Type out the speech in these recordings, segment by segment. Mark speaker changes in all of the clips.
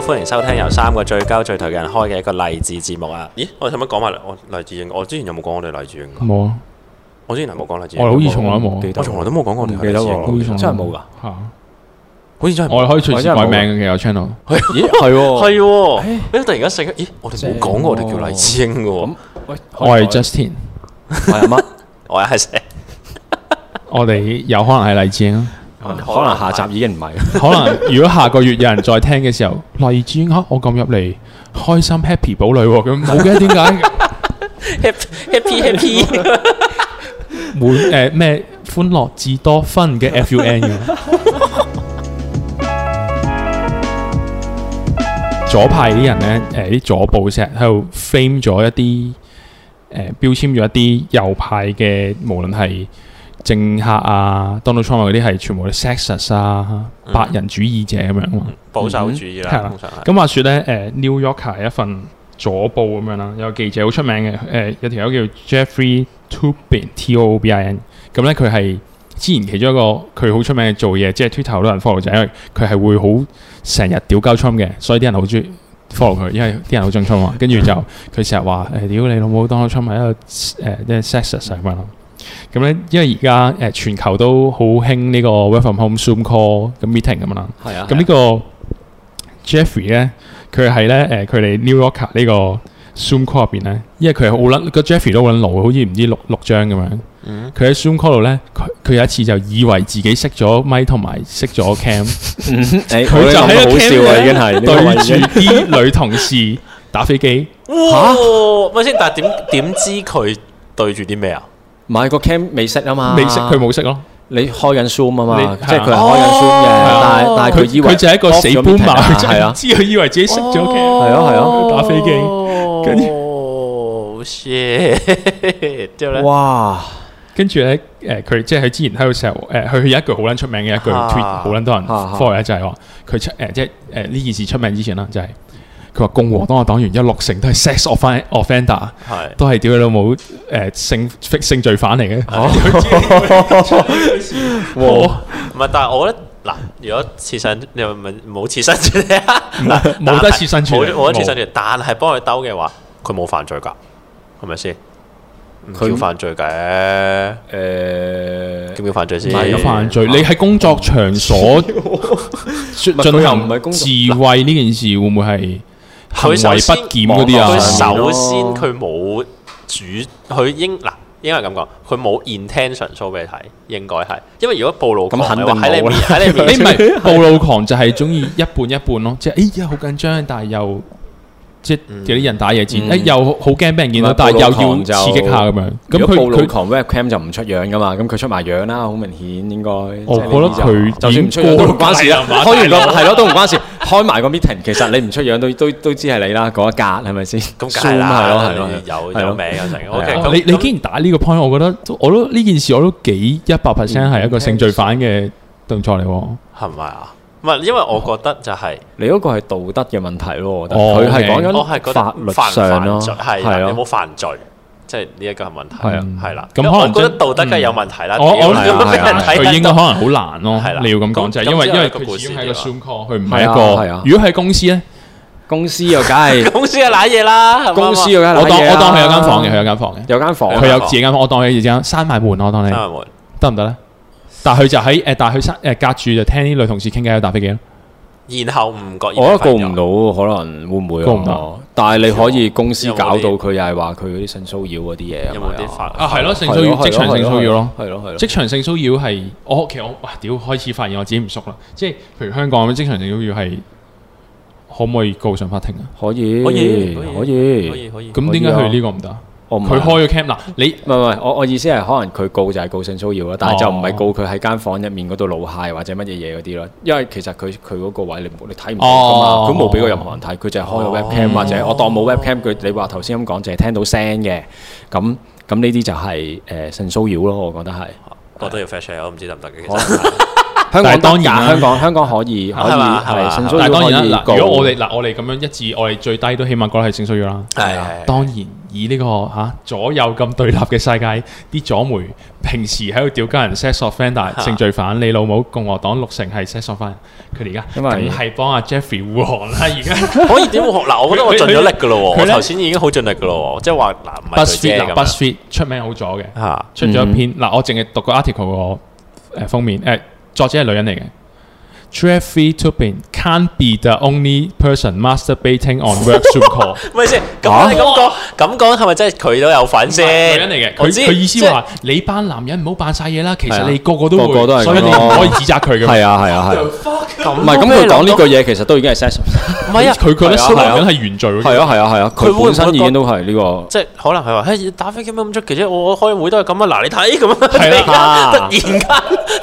Speaker 1: 歡迎收聽由三個最鳩最頹嘅人開嘅一個勵志節目啊！
Speaker 2: 咦，我哋使乜講埋黎我黎智英？我之前有冇講我哋黎智英？
Speaker 3: 冇啊，
Speaker 2: 我之前有冇講黎智英？
Speaker 3: 我哋好似從來都冇
Speaker 1: 記
Speaker 3: 啊，
Speaker 1: 得
Speaker 2: 我從來都冇講過我哋係
Speaker 1: 唔記
Speaker 2: 黎智
Speaker 1: 得喎
Speaker 2: 英，
Speaker 3: 好似從來
Speaker 1: 真係冇㗎
Speaker 3: 嚇
Speaker 2: 好似真係冇
Speaker 3: 我哋可以隨
Speaker 1: 我
Speaker 3: 時
Speaker 1: 真係冇
Speaker 3: 改名嘅，其實 channel。
Speaker 1: 咦， 係喎，
Speaker 3: 啊
Speaker 2: 係喎。
Speaker 1: 誒
Speaker 2: 你突然間醒，咦，我哋冇講過我哋叫黎智英嘅喎
Speaker 1: 咁。喂，
Speaker 3: 我係 Justin，
Speaker 1: 我係乜？
Speaker 2: 我係寫，
Speaker 3: 我哋有可能係黎智英啊。
Speaker 1: 可能下集已經唔 係。
Speaker 3: 可能如果下個月有人再聽嘅時候，黎智英嚇啊我撳入嚟，開心 happy 堡壘喎，咁冇嘅點解？
Speaker 2: happy happy happy。
Speaker 3: 滿誒呃咩歡樂至多 分嘅 FUN 嘅，左派啲人咧誒啲左報石喺度 frame 咗一啲誒標籤咗一啲右派嘅，無論係政客啊、Donald Trump 啊嗰啲係全部都 sexist 啊、白人主義者咁樣啊嘛。
Speaker 2: 保守主義
Speaker 3: 係
Speaker 2: 啦，
Speaker 3: 啦
Speaker 2: 通常係。
Speaker 3: 咁話說咧，誒、New 呃 Yorker 係一份左報咁樣啦，有個記者好出名嘅，誒、呃有條友叫 Jeffrey Toobin T O B I N，咁咧佢係之前其中一個佢好出名嘅做嘢，即係 Twitter 好多人 follow 就係因為佢係會好成日屌鳩 Trump 嘅，所以啲人好中意 follow 佢，因為啲人好中意 Trump 啊。跟住就佢成日話誒，屌你老母，Donald Trump 係一個誒即係 sexist 啊咁樣咯。咁咧，因為而家誒全球都好興呢個 work from home Zoom call 咁 meeting 咁樣啦。
Speaker 1: 係啊，
Speaker 3: 咁呢個 Jeffrey 咧，佢係咧誒，佢哋 New Yorker 呢個 Zoom call 入邊咧，因為佢係好撚個 Jeffrey 都好撚老，好似唔知六六張咁樣。
Speaker 2: 嗯
Speaker 3: 佢喺 Zoom call 度咧，佢佢有一次就以為自己熄咗咪同埋熄咗 cam，
Speaker 4: 誒，
Speaker 3: 佢
Speaker 4: 我
Speaker 3: 就
Speaker 4: 覺得
Speaker 3: 喺
Speaker 4: 好笑啊，已經係呢個位已
Speaker 3: 對
Speaker 4: 經
Speaker 3: 住啲女同事打飛機，
Speaker 2: 哇！咪先，但係點點知佢對住啲咩啊？
Speaker 4: 唔係個 cam 未熄啊嘛，
Speaker 3: 未熄佢，冇熄咯。
Speaker 4: 你開緊 zoom 啊
Speaker 3: 你
Speaker 4: 嘛，即係佢係
Speaker 3: 係啊
Speaker 4: 開緊 zoom 嘅，但係啊但係
Speaker 3: 佢
Speaker 4: 佢以為
Speaker 3: 佢就係一個死
Speaker 4: off 咗
Speaker 3: boom 嘛，
Speaker 4: meeting 啊
Speaker 3: 佢真
Speaker 4: 係
Speaker 3: 係唔
Speaker 4: 啊，
Speaker 3: 知佢以為自己熄
Speaker 2: 哦
Speaker 3: 咗 cam，
Speaker 4: 係啊係啊
Speaker 3: 打飛機跟住
Speaker 2: 住 shit，之後咧，
Speaker 4: 哇，
Speaker 3: 跟住咧，誒佢即係佢之前喺度成日誒，佢佢有一句好撚出名嘅一句
Speaker 2: 啊
Speaker 3: tweet，好撚多人
Speaker 4: 啊啊
Speaker 3: follow 嘅就係話佢出誒即係誒呢件事出名之前啦，就係佢話共和黨嘅黨員有六成都係 sex offen- offender，
Speaker 2: 係
Speaker 3: 都係屌你老母誒性性罪犯嚟嘅。
Speaker 4: 哦
Speaker 3: 哇
Speaker 2: 唔係？但係我覺得嗱，如果切身你咪冇切身住你啊，嗱
Speaker 3: 冇冇得切身處理
Speaker 2: 冇冇得切身處理，但係幫佢兜嘅話，佢冇犯罪㗎，係咪先？唔
Speaker 4: 佢
Speaker 2: 叫犯罪嘅，
Speaker 4: 誒，
Speaker 2: 叫唔叫犯罪先？
Speaker 4: 唔係
Speaker 3: 有
Speaker 4: 咁
Speaker 3: 犯罪，你喺工作場所進
Speaker 4: 佢又唔
Speaker 3: 行
Speaker 4: 係工作
Speaker 3: 自慰呢件事，會唔會係
Speaker 2: 佢
Speaker 3: 行為
Speaker 2: 首先哦
Speaker 3: 不檢嗰啲
Speaker 4: 網絡
Speaker 3: 啊
Speaker 4: 上？面
Speaker 2: 佢首先
Speaker 4: 咯
Speaker 2: 佢冇主，佢應嗱應該係咁講，佢冇 intention show 俾你睇，應該係，因為如果暴露
Speaker 4: 咁
Speaker 2: 狂
Speaker 4: 肯
Speaker 2: 嘅
Speaker 4: 定
Speaker 2: 話喺你
Speaker 4: 冇
Speaker 2: 面
Speaker 4: 啦
Speaker 2: 喺你 面
Speaker 3: 你
Speaker 2: 前
Speaker 3: 唔係
Speaker 4: 啊
Speaker 3: 暴露狂就係中意一半一半咯，即係哎呀好緊張，但係又即係有啲人打野戰，
Speaker 4: 嗯嗯
Speaker 3: 哎又好驚俾人見到，
Speaker 4: 唔係
Speaker 3: 但係又
Speaker 4: 暴露
Speaker 3: 要
Speaker 4: 狂就
Speaker 3: 刺激下咁樣。咁
Speaker 4: 如果暴露
Speaker 3: 佢佢
Speaker 4: 狂 webcam 就唔出樣噶嘛，咁佢出埋樣啦，好明顯應該。
Speaker 3: 我
Speaker 4: 即係
Speaker 3: 覺得
Speaker 4: 呢啲就
Speaker 3: 佢
Speaker 4: 就算唔出樣都唔關事 啦，開完個係咯都唔關事，開埋個 meeting 其實你唔出樣都都都知係你啦，嗰一格係咪先？
Speaker 2: 咁梗係啦，
Speaker 4: Zoom，係咯係咯
Speaker 2: 有
Speaker 4: 係咯
Speaker 2: 有名有成。
Speaker 4: 咯
Speaker 2: O K，
Speaker 4: 係
Speaker 2: 咁
Speaker 3: 啊你你竟然打呢個 point，我覺得都我都呢件事我都幾一百 percent 係一個性罪犯
Speaker 4: 嗯
Speaker 3: 嘅動作嚟喎。
Speaker 2: 係咪啊？唔係，因為我覺得就係
Speaker 4: 你嗰個係道德嘅問題咯，我覺得
Speaker 3: 哦
Speaker 4: 佢係講
Speaker 2: 我係
Speaker 4: 緊
Speaker 2: 覺
Speaker 4: 法
Speaker 2: 得
Speaker 4: 律
Speaker 2: 犯唔
Speaker 4: 上
Speaker 2: 犯
Speaker 4: 咯，
Speaker 2: 罪係啦
Speaker 4: 係
Speaker 2: 有
Speaker 4: 啊
Speaker 2: 冇。犯罪，即係呢一個係問題。
Speaker 3: 係啊
Speaker 2: 係啦。
Speaker 3: 咁
Speaker 2: 因為
Speaker 3: 可
Speaker 2: 我
Speaker 3: 能
Speaker 2: 覺得
Speaker 3: 真
Speaker 2: 道德梗係有問
Speaker 4: 啊
Speaker 2: 題啦。
Speaker 3: 我我
Speaker 2: 屌
Speaker 4: 我
Speaker 2: 俾人睇得
Speaker 3: 佢應該
Speaker 2: 到
Speaker 4: 啊
Speaker 3: 可能好難咯
Speaker 2: 係啦。
Speaker 3: 你要咁講
Speaker 2: 咁
Speaker 3: 就係因為
Speaker 2: 咁
Speaker 3: 因
Speaker 2: 之後
Speaker 3: 為
Speaker 2: 個
Speaker 3: 佢
Speaker 2: 故
Speaker 3: 始
Speaker 2: 事
Speaker 3: 終係一
Speaker 2: 點
Speaker 3: 個
Speaker 2: 啊
Speaker 3: zoom call，佢唔係一
Speaker 4: 係啊係啊
Speaker 3: 個。如果喺公司咧，
Speaker 4: 公司又 梗係
Speaker 2: 公司嘅賴嘢啦，係咪
Speaker 4: 公司又梗係
Speaker 3: 我當
Speaker 4: 賴嘢啦
Speaker 3: 我當佢有間房嘅，佢有間房嘅，
Speaker 4: 有間房
Speaker 2: 有
Speaker 3: 佢
Speaker 2: 間
Speaker 3: 有
Speaker 2: 房
Speaker 3: 自己間房，我當佢有自己間閂埋門，我當你
Speaker 2: 閂。埋門
Speaker 3: 得唔得咧？但係佢就喺誒，但係佢室誒隔住就聽啲女同事傾偈，打飛機咯。
Speaker 2: 然後唔覺意
Speaker 4: 我覺得告
Speaker 2: 犯咗
Speaker 4: 唔到，可能會唔會啊
Speaker 3: 告唔到？
Speaker 4: 但係你可以公司搞
Speaker 2: 有
Speaker 4: 到
Speaker 2: 冇啲
Speaker 4: 佢又係話佢嗰啲性騷擾嗰啲嘢
Speaker 2: 有冇啲法？
Speaker 3: 啊，係咯，性
Speaker 4: 係
Speaker 3: 騷
Speaker 4: 咯
Speaker 3: 擾，職場性騷擾咯。
Speaker 4: 係咯係咯，
Speaker 3: 職場性騷擾係我其實我哇屌開始發現我自己唔熟啦。即係譬如香港咁，職場性騷擾係可唔可以告上法庭啊？
Speaker 4: 可以
Speaker 2: 可以
Speaker 4: 可
Speaker 2: 可
Speaker 4: 以，
Speaker 2: 以可以。
Speaker 3: 咁點解佢呢個唔得啊？
Speaker 4: 我唔
Speaker 3: 佢開咗 cam 嗱，你
Speaker 4: 唔係唔係，我我意思係可能佢告就係告性騷擾啦，但
Speaker 3: 哦
Speaker 4: 係就唔係告佢喺間房入面嗰度露械或者乜嘢嘢嗰啲咯，因為其實佢佢嗰個位你冇你睇唔到㗎嘛，
Speaker 3: 哦
Speaker 4: 佢冇俾過任何人睇，佢就係開個 webcam 或者我哦當冇 webcam，佢你話頭先咁講就係聽到聲嘅，咁咁呢啲就係誒性騷擾咯，我覺得係。
Speaker 2: 我都要 fetch 嚟，我唔知得唔得嘅。其
Speaker 4: 可能
Speaker 2: 實
Speaker 4: 係香港
Speaker 3: 但係當
Speaker 4: 當
Speaker 3: 然啦
Speaker 4: 然香港香港可以可以
Speaker 2: 係嘛係嘛
Speaker 4: 係性
Speaker 2: 都
Speaker 4: 騷
Speaker 3: 啊但係
Speaker 4: 擾
Speaker 3: 當
Speaker 4: 可
Speaker 3: 然
Speaker 4: 以
Speaker 3: 啦。
Speaker 4: 告
Speaker 3: 嗱，如果我哋嗱我哋咁樣一致，我哋最低都起碼覺得係性騷擾啦。
Speaker 2: 係係係
Speaker 3: 當然以呢、個嚇、左右咁對立嘅世界，啲左媒平時喺度屌鳩人 sex offender
Speaker 2: 嚇
Speaker 3: 性罪犯，你老母共和黨六成係 sex offender，佢哋而家
Speaker 4: 因為
Speaker 3: 梗係幫阿 Jeffrey 護航啦，而 家。
Speaker 2: 可以點學？嗱，我覺得我盡咗力噶咯
Speaker 3: 佢
Speaker 2: 喎，
Speaker 3: 咧
Speaker 2: 我頭先已經好盡力噶咯喎，即係話嗱，唔係佢
Speaker 3: BuzzFeed
Speaker 2: 啫
Speaker 4: 啊
Speaker 3: 嗱
Speaker 2: 咁樣
Speaker 3: BuzzFeed 出名好咗嘅，
Speaker 2: 嚇，
Speaker 3: 出咗一
Speaker 4: 嗯
Speaker 3: 篇嗱，我淨係讀個 article 個誒封面，誒作者係女人嚟嘅。Jeffrey Tubin can't be the only person masturbating on work Zoom call。
Speaker 2: 咪先？咁你咁講咁講係咪即係佢都有份
Speaker 3: 女
Speaker 2: 先？
Speaker 3: 人嚟嘅，
Speaker 2: 我
Speaker 3: 佢
Speaker 2: 知
Speaker 3: 佢意思
Speaker 2: 即係嗯
Speaker 3: 話你班男人唔好扮晒嘢啦，其
Speaker 4: 係啊
Speaker 3: 實你個個都
Speaker 4: 個個都係
Speaker 3: 會，
Speaker 4: 咁
Speaker 3: 所以你唔
Speaker 4: 咯
Speaker 3: 可以指責佢嘅。
Speaker 4: 係啊係啊係啊。
Speaker 2: 咁
Speaker 4: 唔係咁，佢講呢句嘢其實都已經係 sex。
Speaker 2: 唔係啊，
Speaker 3: 佢覺得
Speaker 4: 係啊
Speaker 3: 收
Speaker 4: 係啊
Speaker 3: 男人係原罪嘅。
Speaker 4: 係啊係啊係啊，
Speaker 2: 佢會唔
Speaker 4: 佢
Speaker 2: 會
Speaker 4: 本身已經都係呢個。
Speaker 2: 即係可能係話，嘿打飛機咩咁出奇啫？我我開會都係 咁啊！嗱，你睇咁 樣，
Speaker 3: 係
Speaker 4: 啦
Speaker 2: 突然間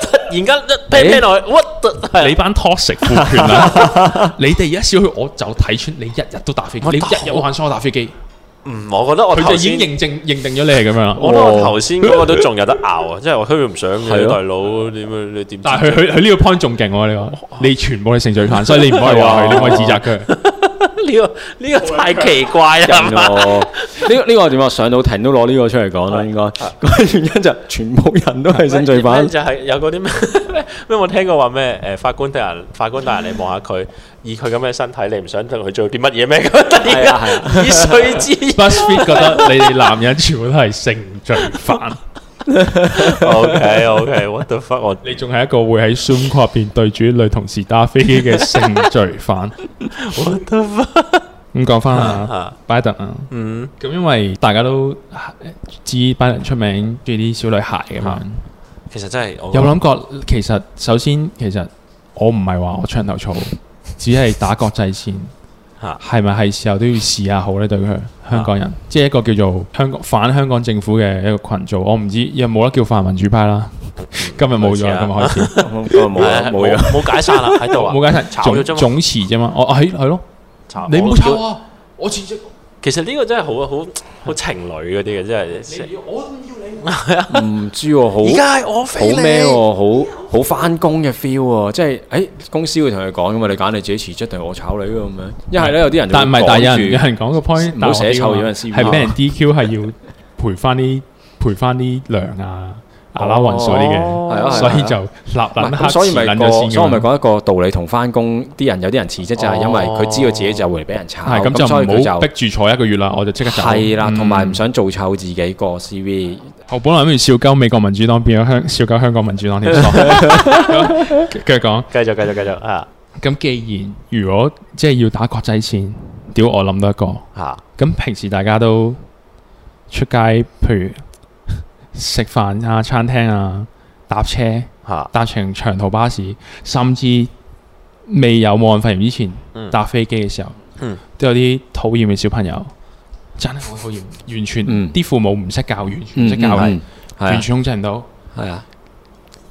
Speaker 2: 突然間一 p
Speaker 4: 咦
Speaker 2: a 落去，what the- 係啊
Speaker 3: 你班 toxic 父權啊！ 你哋一少去，我就睇穿你日日都打飛機，
Speaker 2: 我
Speaker 3: 你
Speaker 2: 打
Speaker 3: 日日玩雙打飛機，
Speaker 2: 嗯，我覺得我
Speaker 3: 佢
Speaker 2: 頭
Speaker 3: 就已經
Speaker 2: 先，
Speaker 3: 認哦證認定咗你係咁樣啦。
Speaker 2: 我覺得我頭先嗰個都仲有得拗啊！即係我推唔上
Speaker 4: 係
Speaker 2: 嘅
Speaker 4: 咯
Speaker 2: 大佬，點啊？你點知？
Speaker 3: 但係佢佢佢呢個 point 仲勁喎，你話
Speaker 2: 啊
Speaker 3: 你全部係性罪犯，所以你唔可以 話佢，你唔可以指責佢。
Speaker 2: 呢個呢個太奇怪啦！係
Speaker 4: 人
Speaker 2: 嘛
Speaker 4: 喎呢個呢個點啊？上到庭都攞呢個出嚟講啦，應該個原因就係全部人都係性罪
Speaker 2: 咩
Speaker 4: 犯。
Speaker 2: 就 係有嗰啲咩 咩咩，我聽過話咩誒法官大人法官大人，你望下佢，以佢咁嘅身體，你唔想同佢做啲乜嘢咩？咁突
Speaker 4: 係啊係
Speaker 2: 然間以水 之
Speaker 3: BuzzFeed 覺得你哋男人全部都係性罪犯，
Speaker 2: ，OK OK，what the fuck？我
Speaker 3: 你仲係一個會喺 Zoom call 入邊對住啲女同事打飛機嘅性罪犯。咁講翻啊，拜登啊，
Speaker 2: 嗯
Speaker 3: 咁因為大家都啊知拜登出名中意啲小女孩嘅
Speaker 2: 啊
Speaker 3: 嘛，
Speaker 2: 其實真係我
Speaker 3: 有諗過其實首先其實我唔係話我長 頭草，只係打國際線。
Speaker 2: 嚇
Speaker 3: 係咪係時候都要試下好咧？對佢香港
Speaker 2: 啊
Speaker 3: 人，即係一個叫做香港反香港政府嘅一個群組，我唔知有冇得叫泛民主派啦。
Speaker 2: 嗯
Speaker 3: 今日冇咗啦，今日 開始
Speaker 4: 咁咁冇啊冇啊！
Speaker 2: 冇解散啦，喺 度啊，
Speaker 3: 冇解
Speaker 2: 炒咗
Speaker 3: 釋，
Speaker 2: 啫
Speaker 3: 總
Speaker 2: 嘛
Speaker 3: 總辭啫嘛。我係係咯，
Speaker 2: 炒
Speaker 3: 你
Speaker 2: 我
Speaker 3: 冇
Speaker 2: 都
Speaker 3: 炒
Speaker 2: 叫
Speaker 3: 啊！我辭職，
Speaker 2: 其實呢個真係好好好情侶嗰啲嘅，真係。
Speaker 3: 你我都要你。
Speaker 4: 唔知喎，好
Speaker 2: 家係我
Speaker 4: 好咩喎？好好翻工嘅 feel 喎，即係誒公司會同佢講噶嘛，你揀你自己辭職定係我炒你㗎咁樣。一係咧有啲人就會
Speaker 3: 但唔係，但係有人有
Speaker 4: 講住
Speaker 3: 人講個 point，
Speaker 4: 唔好寫臭
Speaker 3: 嘢
Speaker 4: 嘢人先
Speaker 3: 係俾人 DQ 係要賠翻啲賠翻啲糧啊、阿拉雲水啲
Speaker 2: 哦
Speaker 4: 哦係啊係啊
Speaker 3: 嘅，所以就立
Speaker 4: 唔係
Speaker 3: 撚黑
Speaker 4: 咁所以咪
Speaker 3: 黐撚
Speaker 4: 個，
Speaker 3: 咗先
Speaker 4: 所以我咪
Speaker 3: 咁樣。
Speaker 4: 講一個道理，同翻工啲人有啲人辭職就係因為
Speaker 2: 哦
Speaker 4: 佢知道自己就會俾人炒，
Speaker 3: 係咁就
Speaker 4: 哦所以佢
Speaker 3: 唔好逼住坐一個月啦，我就即刻走。
Speaker 4: 係啦，同埋
Speaker 3: 嗯
Speaker 4: 唔想做臭自己個 CV。
Speaker 3: 我本來諗住笑鳩美國民主黨變咗香笑鳩香港民主黨添，sorry 繼續講。
Speaker 2: 繼續繼續繼續啊
Speaker 3: 咁既然如果即係要打國際線，屌我諗到一個。
Speaker 2: 嚇！
Speaker 3: 咁平時大家都出街，譬如 食飯啊、餐廳啊、搭車、
Speaker 2: 嚇
Speaker 3: 搭乘長途巴士，甚至未有武漢肺炎之前、
Speaker 2: 嗯
Speaker 3: 搭飛機嘅時候，
Speaker 2: 嗯
Speaker 3: 都有啲討厭嘅小朋友，真係好討厭，完全
Speaker 4: 嗯
Speaker 3: 啲、父母唔識教，完全唔識教，
Speaker 4: 係
Speaker 3: 完
Speaker 4: 係
Speaker 3: 全控制唔到。
Speaker 4: 啊係啊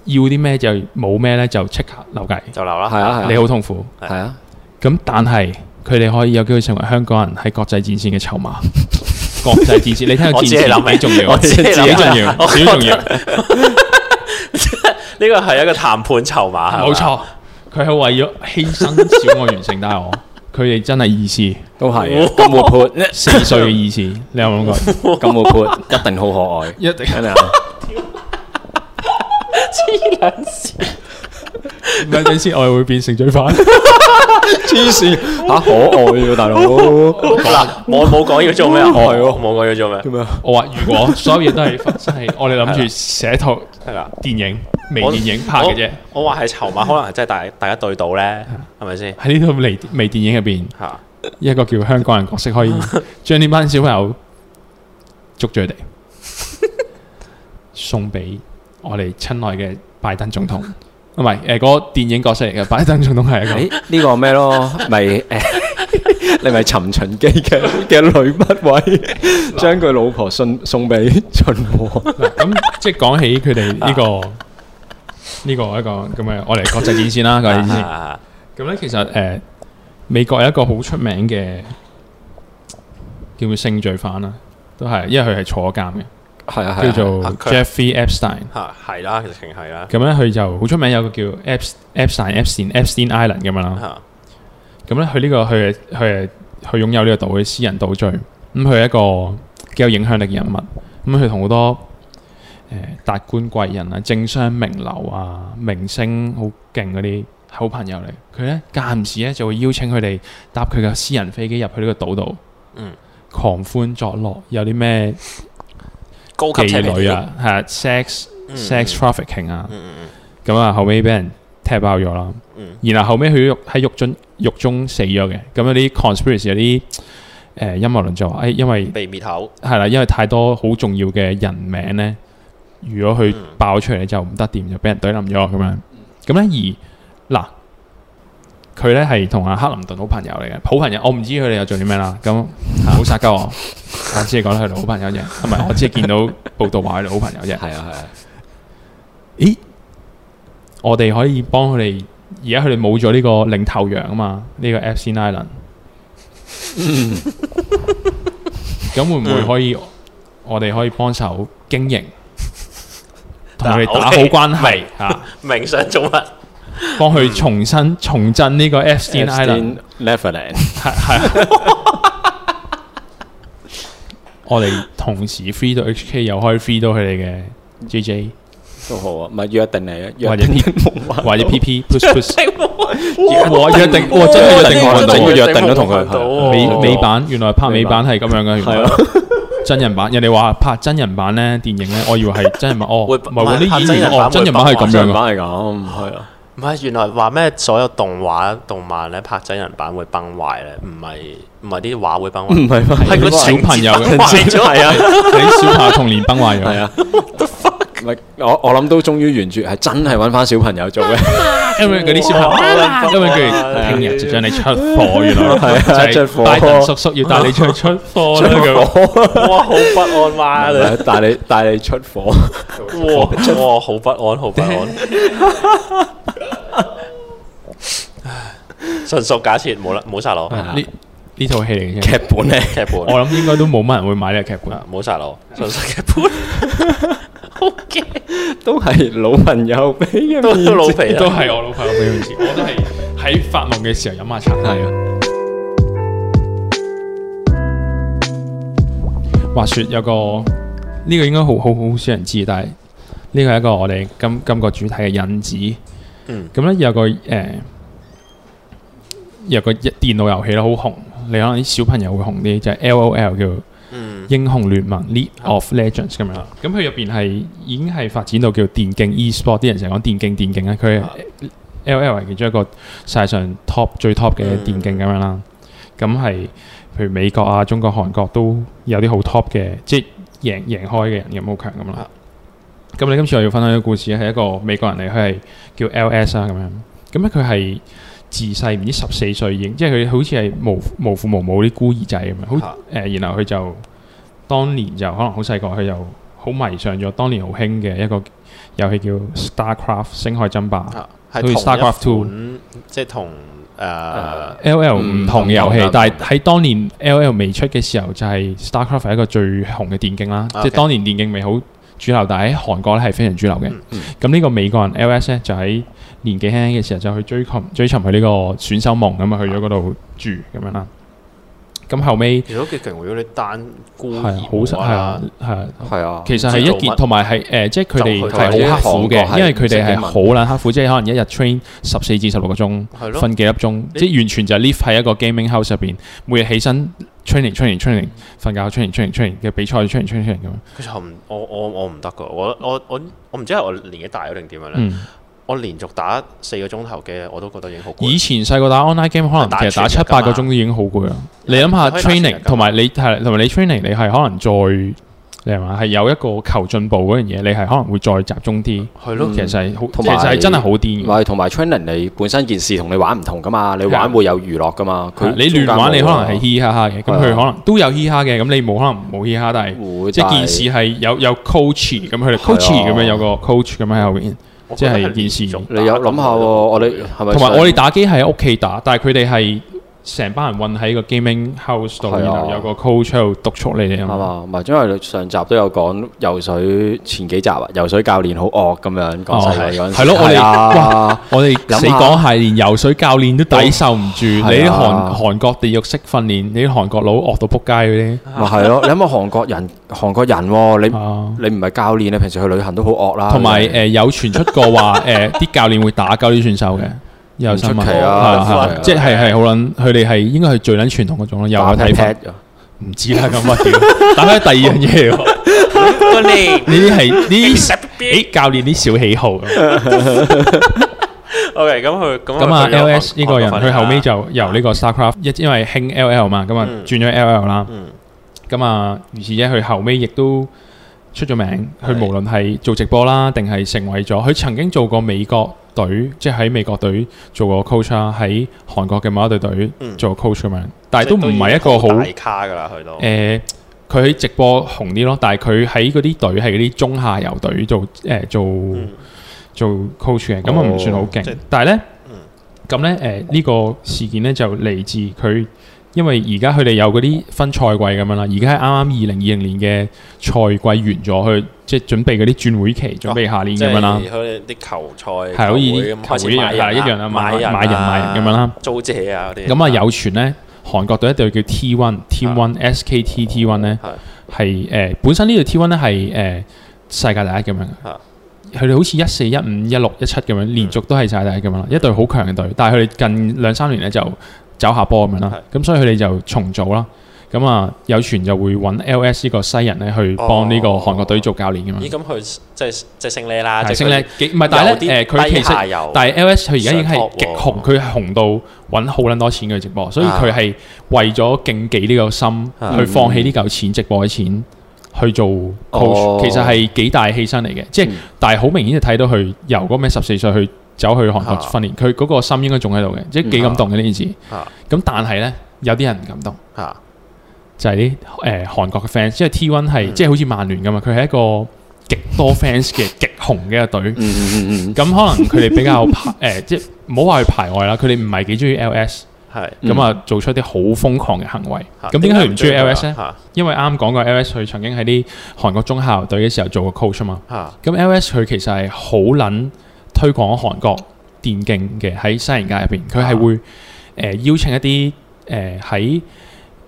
Speaker 3: 要啲咩就冇咩咧，就即刻留計，
Speaker 2: 就留啦，
Speaker 4: 係啊係啊，
Speaker 3: 你好痛苦。
Speaker 4: 係啊，
Speaker 3: 咁但係佢哋可以有機會成為香港人喺國際戰線嘅 籌碼。國際戰線，你聽個
Speaker 2: 我
Speaker 3: 戰
Speaker 2: 只係諗起
Speaker 3: 線幾重要？
Speaker 2: 我只係諗起
Speaker 3: 幾重要？
Speaker 2: 我
Speaker 3: 幾重要？
Speaker 2: 呢個係一個談判籌碼，係嘛
Speaker 3: 冇。錯，佢係為咗犧牲小我完成大我。佢哋真係 意思，
Speaker 4: 都係啊 咁活潑，
Speaker 3: 四歲嘅意思，你有冇諗 過？
Speaker 4: 咁活潑，一定好可愛，
Speaker 3: 一定
Speaker 4: 真 係啊。
Speaker 3: 等陣先，我係會變成罪犯。
Speaker 4: 黐線嚇可愛喎，大佬
Speaker 2: 嗱，我冇講要做咩啊，
Speaker 3: 哦
Speaker 2: 我
Speaker 4: 係喎
Speaker 2: 冇講要做咩，
Speaker 4: 咁啊！
Speaker 3: 我話如果所有嘢都係發生係，我哋諗住寫套
Speaker 2: 係啦。
Speaker 3: 電影、微
Speaker 2: 我
Speaker 3: 電影拍嘅啫。嗯
Speaker 2: 我我話係籌碼，可能係真係大大家對到咧，係咪先
Speaker 3: 喺呢套微微電影入邊，
Speaker 2: 嚇？
Speaker 3: 一個叫香港人角 色，可以將呢班小朋友捉住佢哋，送俾我哋親愛嘅拜登總統，唔係誒嗰個電影角色嚟嘅 拜登總統係一個
Speaker 4: 誒呢個咩咯？咪誒， 你咪尋秦記嘅嘅女不 位，將佢老婆送送俾秦王。
Speaker 3: 嗱咁，即係講起佢哋
Speaker 2: 啊
Speaker 3: 呢個呢個一個咁嘅，我哋國際戰線啦，國際戰線。
Speaker 2: 啊
Speaker 3: 咁咧，其實誒、呃美國有一個好出名嘅叫做性罪犯啦，都係因為佢係坐監嘅，
Speaker 4: 係啊係
Speaker 3: 叫
Speaker 4: 啊，
Speaker 3: 做
Speaker 2: 啊佢
Speaker 3: Jeffrey Epstein。
Speaker 2: 嚇啊係啦，直情係啦
Speaker 3: 咁咧佢就好出名有個叫 Epst- Epstein Epstein Epstein Island 咁樣啦。
Speaker 2: 嚇
Speaker 3: 咁咧佢呢個佢係佢係佢擁有呢個島嘅私人島嶼。咁佢係一個幾有影響力嘅人物。咁佢同好多誒達官貴人啊、政商名流啊、明星好勁嗰啲好朋友嚟。佢咧間唔時咧就會邀請佢哋搭佢嘅私人飛機入去呢個島度，
Speaker 2: 嗯，
Speaker 3: 狂歡作樂，有啲咩
Speaker 1: 高級車
Speaker 3: 妓
Speaker 1: 嚟
Speaker 3: 女
Speaker 1: 嘅，
Speaker 3: 啊，係啊，sex
Speaker 2: 嗯
Speaker 3: sex trafficking 啊，
Speaker 2: 嗯嗯
Speaker 3: 咁啊後尾俾人踢爆咗啦。
Speaker 2: 嗯
Speaker 3: 然後後尾佢喺獄中獄中死咗嘅，咁有啲 conspiracy 有啲呃誒陰謀論就話，誒、哎因為
Speaker 2: 嗯，被滅口，
Speaker 3: 係啦，因為太多好重要嘅人名咧，如果佢
Speaker 2: 嗯
Speaker 3: 爆出嚟就唔得掂，就俾人懟冧咗咁樣。咁咧而嗱，佢咧係同阿克林頓好朋友嚟嘅，好朋友。我唔知佢哋又做啲咩啦。咁唔好殺鳩我，我只係覺得佢哋好朋友啫，唔係我只係見到報道話佢哋好朋友啫。
Speaker 4: 係啊係啊，
Speaker 3: 咦，我哋可以幫佢哋，而家佢哋冇咗呢個領頭羊啊嘛，呢、個 Epstein Island。咁會唔會可以，我哋可以幫手經營，同佢哋打好關係啊，
Speaker 2: 明想啊做乜？
Speaker 3: 幫佢重新重振呢個 Epstein Island。
Speaker 4: Epstein Neverland
Speaker 3: 我哋同時 free 到 HK，又可以 free 到佢哋嘅 JJ
Speaker 4: 都好啊，咪約定嚟啊，約
Speaker 3: 或者
Speaker 4: 定夢幻
Speaker 3: 或者 PP push push。
Speaker 4: 哇
Speaker 3: 我約 定，哇真
Speaker 4: 約
Speaker 3: 係
Speaker 4: 定
Speaker 3: 約定我
Speaker 4: 夢
Speaker 3: 到喎。
Speaker 4: 幻島哦約定咗同佢
Speaker 2: 哦
Speaker 3: 美
Speaker 4: 係
Speaker 3: 美版原來拍美版係咁樣嘅，原
Speaker 4: 係
Speaker 3: 來
Speaker 4: 啊，
Speaker 3: 真人版人哋話拍真人版咧電影咧，我以為係真人版，哦，唔
Speaker 2: 會
Speaker 3: 係喎
Speaker 2: 拍
Speaker 3: 啲
Speaker 2: 真
Speaker 3: 演員
Speaker 2: 人版
Speaker 3: 哦，真人版係咁
Speaker 4: 上
Speaker 3: 樣嘅，
Speaker 4: 版係咁，係啊，
Speaker 2: 唔係，原來話咩所有動畫動漫咧拍真人版會崩壞咧，唔係唔係啲畫會崩壞，
Speaker 4: 係咩
Speaker 2: 係個
Speaker 3: 嗯小朋友嘅
Speaker 2: 情節崩壞咗
Speaker 4: 係啊
Speaker 3: 你小朋友童年崩壞
Speaker 4: 係
Speaker 3: 咗，
Speaker 4: 啊。唔係我我諗都終於原著係真係揾翻小朋友做嘅，
Speaker 3: 因為嗰啲小朋友，因為佢聽日就將你出貨，原來
Speaker 4: 係啊
Speaker 3: 就係
Speaker 4: 出貨
Speaker 3: 拜登叔叔要帶你出去出貨啦，咁
Speaker 2: 哇，好不安哇！你
Speaker 3: 啊
Speaker 4: 帶你帶你出 火，
Speaker 2: 哇哇，好不安，好不安。純屬假設，冇啦，冇殺我，
Speaker 4: 係啊
Speaker 3: 呢呢套戲嚟嘅啫，
Speaker 4: 劇本咧
Speaker 2: 劇
Speaker 3: 我
Speaker 2: 本啊
Speaker 3: 諗應該都冇乜人會買呢個劇 本，
Speaker 2: 冇殺我，純屬劇本。好驚，
Speaker 4: 都係老朋友俾嘅
Speaker 2: 都
Speaker 4: 面
Speaker 2: 老啊
Speaker 4: 子
Speaker 2: 皮
Speaker 3: 都
Speaker 2: 啦。
Speaker 3: 係我老朋友俾佢知，我都係喺發夢嘅時候飲下茶。
Speaker 4: 係啊。
Speaker 3: 話說有個呢、個應該好好好少人知，但係呢個係一個我哋今今個主題嘅引子。
Speaker 2: 嗯，
Speaker 3: 咁咧有個誒、呃有個一電腦遊戲啦，好紅，你可能啲小朋友會紅啲，就係、L O L 叫
Speaker 2: 嗯啊
Speaker 3: 英雄聯盟 League of Legends 咁樣啦。咁佢入邊係已經係發展到叫電競 e-sport，啲人成日講電競電競啊，佢
Speaker 2: 啊
Speaker 3: L L 係其中一個世界上 top 最 top 嘅
Speaker 2: 嗯
Speaker 3: 電競咁樣啦。咁係譬如美國啊、中國、韓國都有啲好 top 嘅，即係贏贏開嘅人咁好強咁啦
Speaker 2: 啊。
Speaker 3: 咁你今次我要分享嘅故事係一個美國人嚟，佢係叫 L S 啊咁樣。咁咧佢係自細唔知十四歲已經，即係佢好似係無無父無母啲孤兒仔咁樣。好
Speaker 2: 啊
Speaker 3: 誒，然後佢就當年就可能好細個，佢就好迷上咗當年好興嘅一個遊戲叫 StarCraft 星海爭霸。
Speaker 2: 啊
Speaker 3: 好
Speaker 2: 係
Speaker 3: 似
Speaker 2: 同
Speaker 3: StarCraft
Speaker 2: 一
Speaker 3: Two
Speaker 2: 款，即係同啊
Speaker 3: 啊
Speaker 2: 誒
Speaker 3: L L
Speaker 4: 嗯
Speaker 3: 唔同遊
Speaker 4: 唔
Speaker 3: 戲
Speaker 4: 同，
Speaker 3: 但係喺當年 L L 未出嘅時候，就係 StarCraft 係一個最紅嘅電競啦，
Speaker 2: OK
Speaker 3: 即係當年電競未好主流，但係喺韓國咧係非常主流嘅
Speaker 2: 嗯
Speaker 4: 嗯。
Speaker 3: 咁呢個美國人 L S 咧就喺年紀輕輕嘅時候就去追尋追尋佢呢個選手夢咁啊，去咗嗰度住咁樣啦。咁後尾
Speaker 2: 如果佢勁會嗰啲單孤兒
Speaker 3: 係好實係啊係啊。
Speaker 4: 係啊，
Speaker 3: 其實係一件，同埋係誒，即係佢哋係好刻苦
Speaker 4: 就去睇
Speaker 3: 嘅，因為佢哋係
Speaker 4: 韓國係
Speaker 3: 好撚刻苦，即係可能一日 train 十四至十六個鐘，
Speaker 2: 係咯
Speaker 3: 瞓幾粒鐘，
Speaker 2: 你
Speaker 3: 即係完全就係 live 喺一個 gaming house 入邊，每日起身 training training
Speaker 2: 嗯
Speaker 3: training，瞓覺 training training training 嘅比賽 training training training 咁樣。
Speaker 2: 其實唔，我我我唔得噶，我我我我唔知係我年紀大咗定點樣咧。
Speaker 3: 嗯，
Speaker 2: 我連續打四個鐘頭嘅，我都覺得已經好攰。
Speaker 3: 以前細個打 online game 可能
Speaker 2: 打
Speaker 3: 其實打七
Speaker 2: 全日㗎
Speaker 3: 八
Speaker 2: 嘛啊
Speaker 3: 個鐘都已經好攰啦。你諗下
Speaker 2: 可以打全日
Speaker 3: training
Speaker 2: 㗎
Speaker 3: 同埋你係同埋你 training 你係可能再你係嘛係有一個求進步嗰樣嘢，你係可能會再集中啲。
Speaker 2: 係咯
Speaker 4: 嗯
Speaker 3: 其實係好，
Speaker 4: 同
Speaker 3: 其
Speaker 4: 埋
Speaker 3: 實係真係好癲嘅。
Speaker 4: 唔係同埋 training 你本身件事同你玩唔同噶嘛，你玩會有娛樂噶嘛，佢
Speaker 3: 啊你亂玩你可
Speaker 2: 啊
Speaker 3: 能係嘻哈哈嘅，咁佢
Speaker 4: 係啊
Speaker 3: 可能都有嘻哈嘅，咁你冇可能冇嘻哈，但係
Speaker 4: 會
Speaker 3: 即係
Speaker 4: 但
Speaker 3: 件事係有有 coach 咁，佢哋
Speaker 4: 啊
Speaker 3: coach 咁樣有個 coach 咁喺後邊，
Speaker 2: 我
Speaker 3: 即
Speaker 2: 覺得
Speaker 3: 係件事。
Speaker 2: 連續打
Speaker 4: 你有諗下喎，我哋係
Speaker 3: 同
Speaker 4: 咪
Speaker 3: 埋
Speaker 4: 想
Speaker 3: 我哋打機係喺屋企打，但係佢哋係成班人混喺個 gaming house 度，
Speaker 4: 係啊
Speaker 3: 然後有個 coach 喺度督促你哋啊
Speaker 4: 係
Speaker 3: 嘛。
Speaker 4: 嘛？唔係，因為上集都有講游水前幾集啊，游水教練好惡咁樣講細個嗰陣時
Speaker 3: 係咯，我哋
Speaker 4: 係啊
Speaker 3: 哇，我哋
Speaker 4: 諗下
Speaker 3: 死講係連游水教練都抵受唔住，你
Speaker 4: 啊
Speaker 3: 啲韓韓國地獄式訓練，你啲韓國佬惡到撲街
Speaker 4: 咪係咯，你諗下韓國人，韓國人喎，
Speaker 3: 嗰啲
Speaker 4: 你
Speaker 3: 啊。
Speaker 4: 你唔係教練，你平時去旅行都好惡啦。
Speaker 3: 同埋
Speaker 4: 你
Speaker 3: 誒有傳出過 話誒啲教練會打鳩啲選手嘅，有新聞
Speaker 4: 唔出奇
Speaker 3: 係
Speaker 4: 啊
Speaker 3: 啊係啊
Speaker 4: 唔出奇啊
Speaker 3: 即係係好撚，佢哋係應該係最撚傳統嗰種咯，又
Speaker 4: 打
Speaker 3: 有
Speaker 4: pat
Speaker 3: 睇法
Speaker 4: pat 㗎
Speaker 3: 唔知啦咁啊屌，打開第二樣嘢喎，呢啲係呢 啲嗯誒教練啲小喜好啊咁
Speaker 2: OK，咁佢咁
Speaker 3: 咁啊
Speaker 2: 佢有
Speaker 3: LS 呢個啊人
Speaker 2: 學
Speaker 3: 佢後尾
Speaker 2: 學
Speaker 3: 就由呢個 StarCraft 一因為興 LL 嘛，咁啊
Speaker 2: 嗯
Speaker 3: 轉咗 LL 啦，
Speaker 2: 嗯
Speaker 3: 咁啊於是者佢後尾亦都。出咗名，佢無論係做直播啦，定係成為咗佢曾經做過美國隊，即係喺美國隊做過 coach 啦，喺韓國嘅某一隊隊
Speaker 2: 嗯
Speaker 3: 做 coach 咁樣，但係都唔
Speaker 2: 即
Speaker 3: 係
Speaker 2: 已
Speaker 3: 一個好
Speaker 2: 經大咖噶啦，佢都
Speaker 3: 誒，佢喺直播紅啲咯，但係佢喺嗰啲隊係嗰啲中下游隊做誒做
Speaker 2: 嗯哦
Speaker 3: 做 coach 嘅，咁啊唔算好
Speaker 2: 即
Speaker 3: 勁
Speaker 2: 係。
Speaker 3: 但係咧
Speaker 2: 嗯，
Speaker 3: 咁咧誒呢個事件咧就嚟自佢，因為而家佢哋有嗰啲分賽季咁樣啦，而家係啱啱二零二零年嘅賽季完咗，佢即係準備嗰啲轉會期，準備下年
Speaker 2: 哦即
Speaker 3: 咁
Speaker 2: 係
Speaker 3: 樣啦，
Speaker 2: 佢哋啲球賽
Speaker 3: 係好似
Speaker 2: 球
Speaker 3: 啲
Speaker 2: 會咁開
Speaker 3: 球
Speaker 2: 始
Speaker 3: 會一樣
Speaker 2: 買人
Speaker 3: 係一樣啊買
Speaker 2: 買人
Speaker 3: 買人買人咁樣啦，
Speaker 2: 租借啊嗰啲
Speaker 3: 咁啊有傳咧，韓國隊一隊叫 T One T One SKT T One 咧
Speaker 2: 係
Speaker 3: 係誒本身呢隊 T One 咧係誒世界第一咁樣嘅
Speaker 2: 啊
Speaker 3: 佢哋好似一四一五一六一七咁樣連續都係世界第一
Speaker 2: 啊
Speaker 3: 咁樣啦，一隊好強嘅隊，但係佢哋近兩三年咧就走下坡咁樣
Speaker 2: 啊
Speaker 3: 啦，咁所以佢哋就重組啦。咁啊，有傳就會揾 LS 呢個西人咧去
Speaker 2: 哦
Speaker 3: 幫呢個韓國隊做教練咁
Speaker 2: 咦
Speaker 3: 樣，
Speaker 2: 咁佢即係即係升呢啦，
Speaker 3: 提
Speaker 2: 即係
Speaker 3: 升
Speaker 2: 佢
Speaker 3: 咧幾唔係，但係
Speaker 2: 有
Speaker 3: 咧誒
Speaker 2: 啲
Speaker 3: 佢其
Speaker 2: 低下
Speaker 3: 實。
Speaker 2: 游
Speaker 3: 但係 LS 佢而家已經
Speaker 2: 啊上
Speaker 3: 係
Speaker 2: top 喎
Speaker 3: 極紅，佢係紅到揾好撚多錢嘅直播，所以
Speaker 2: 啊
Speaker 3: 佢係為咗競技呢個心，
Speaker 2: 啊
Speaker 3: 去放棄呢嚿錢直播嘅錢去做 coach，、
Speaker 4: 哦
Speaker 3: 其實係幾大犧牲嚟嘅。即係、
Speaker 4: 嗯
Speaker 3: 但係好明顯就睇到佢由嗰咩十四歲去走去韓國
Speaker 2: 啊
Speaker 3: 訓練，佢嗰、個心應該仲喺度嘅，即係幾感動嘅呢件事。咁、
Speaker 2: 啊
Speaker 3: 但係呢，有啲人唔感動。
Speaker 2: 嚇
Speaker 3: 就係啲誒韓國嘅 fans，因為 T One
Speaker 2: 嗯
Speaker 3: 係即係好似曼聯咁啊嘛，佢係一個極多 fans 嘅極紅嘅一個隊。
Speaker 4: 嗯嗯嗯 嗯
Speaker 3: 咁可能佢哋比較排 誒、即係唔好話佢排外啦，佢哋唔係幾中意 LS，
Speaker 2: 係
Speaker 4: 嗯
Speaker 3: 咁啊、做出啲好瘋狂嘅行為。
Speaker 2: 嚇
Speaker 3: 咁點解佢唔中意啊
Speaker 2: 點解
Speaker 3: LS 咧？
Speaker 2: 嚇
Speaker 3: 因為啱講過 LS 佢曾經喺啲韓國中校隊嘅時候做過 coach 啊嘛。
Speaker 2: 嚇
Speaker 3: 咁 LS 佢其實係好撚推廣韓國電競嘅喺西人界入邊，佢係會誒、呃邀請一啲誒喺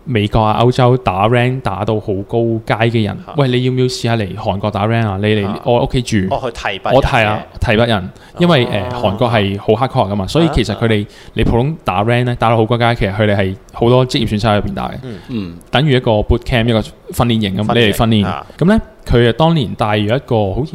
Speaker 3: 美國啊、歐洲打 rank 打到好高階嘅人，
Speaker 2: 啊
Speaker 3: 喂，你要唔要試下嚟韓國打 rank 啊？你嚟
Speaker 2: 啊
Speaker 3: 我屋企住。
Speaker 2: 哦，佢提拔
Speaker 3: 我提啊，提拔人，因為誒、呃、
Speaker 2: 哦
Speaker 3: 韓國係好黑 a 噶嘛，所以其實佢哋你普通打 rank 咧，打到好高階，其實佢哋係好多職業選手喺入邊打嘅，
Speaker 4: 嗯
Speaker 3: 等於一個 boot camp 一個訓練營咁，
Speaker 2: 訓練營
Speaker 3: 你嚟訓練
Speaker 2: 啊。
Speaker 3: 咁咧，佢啊當年帶咗一個好似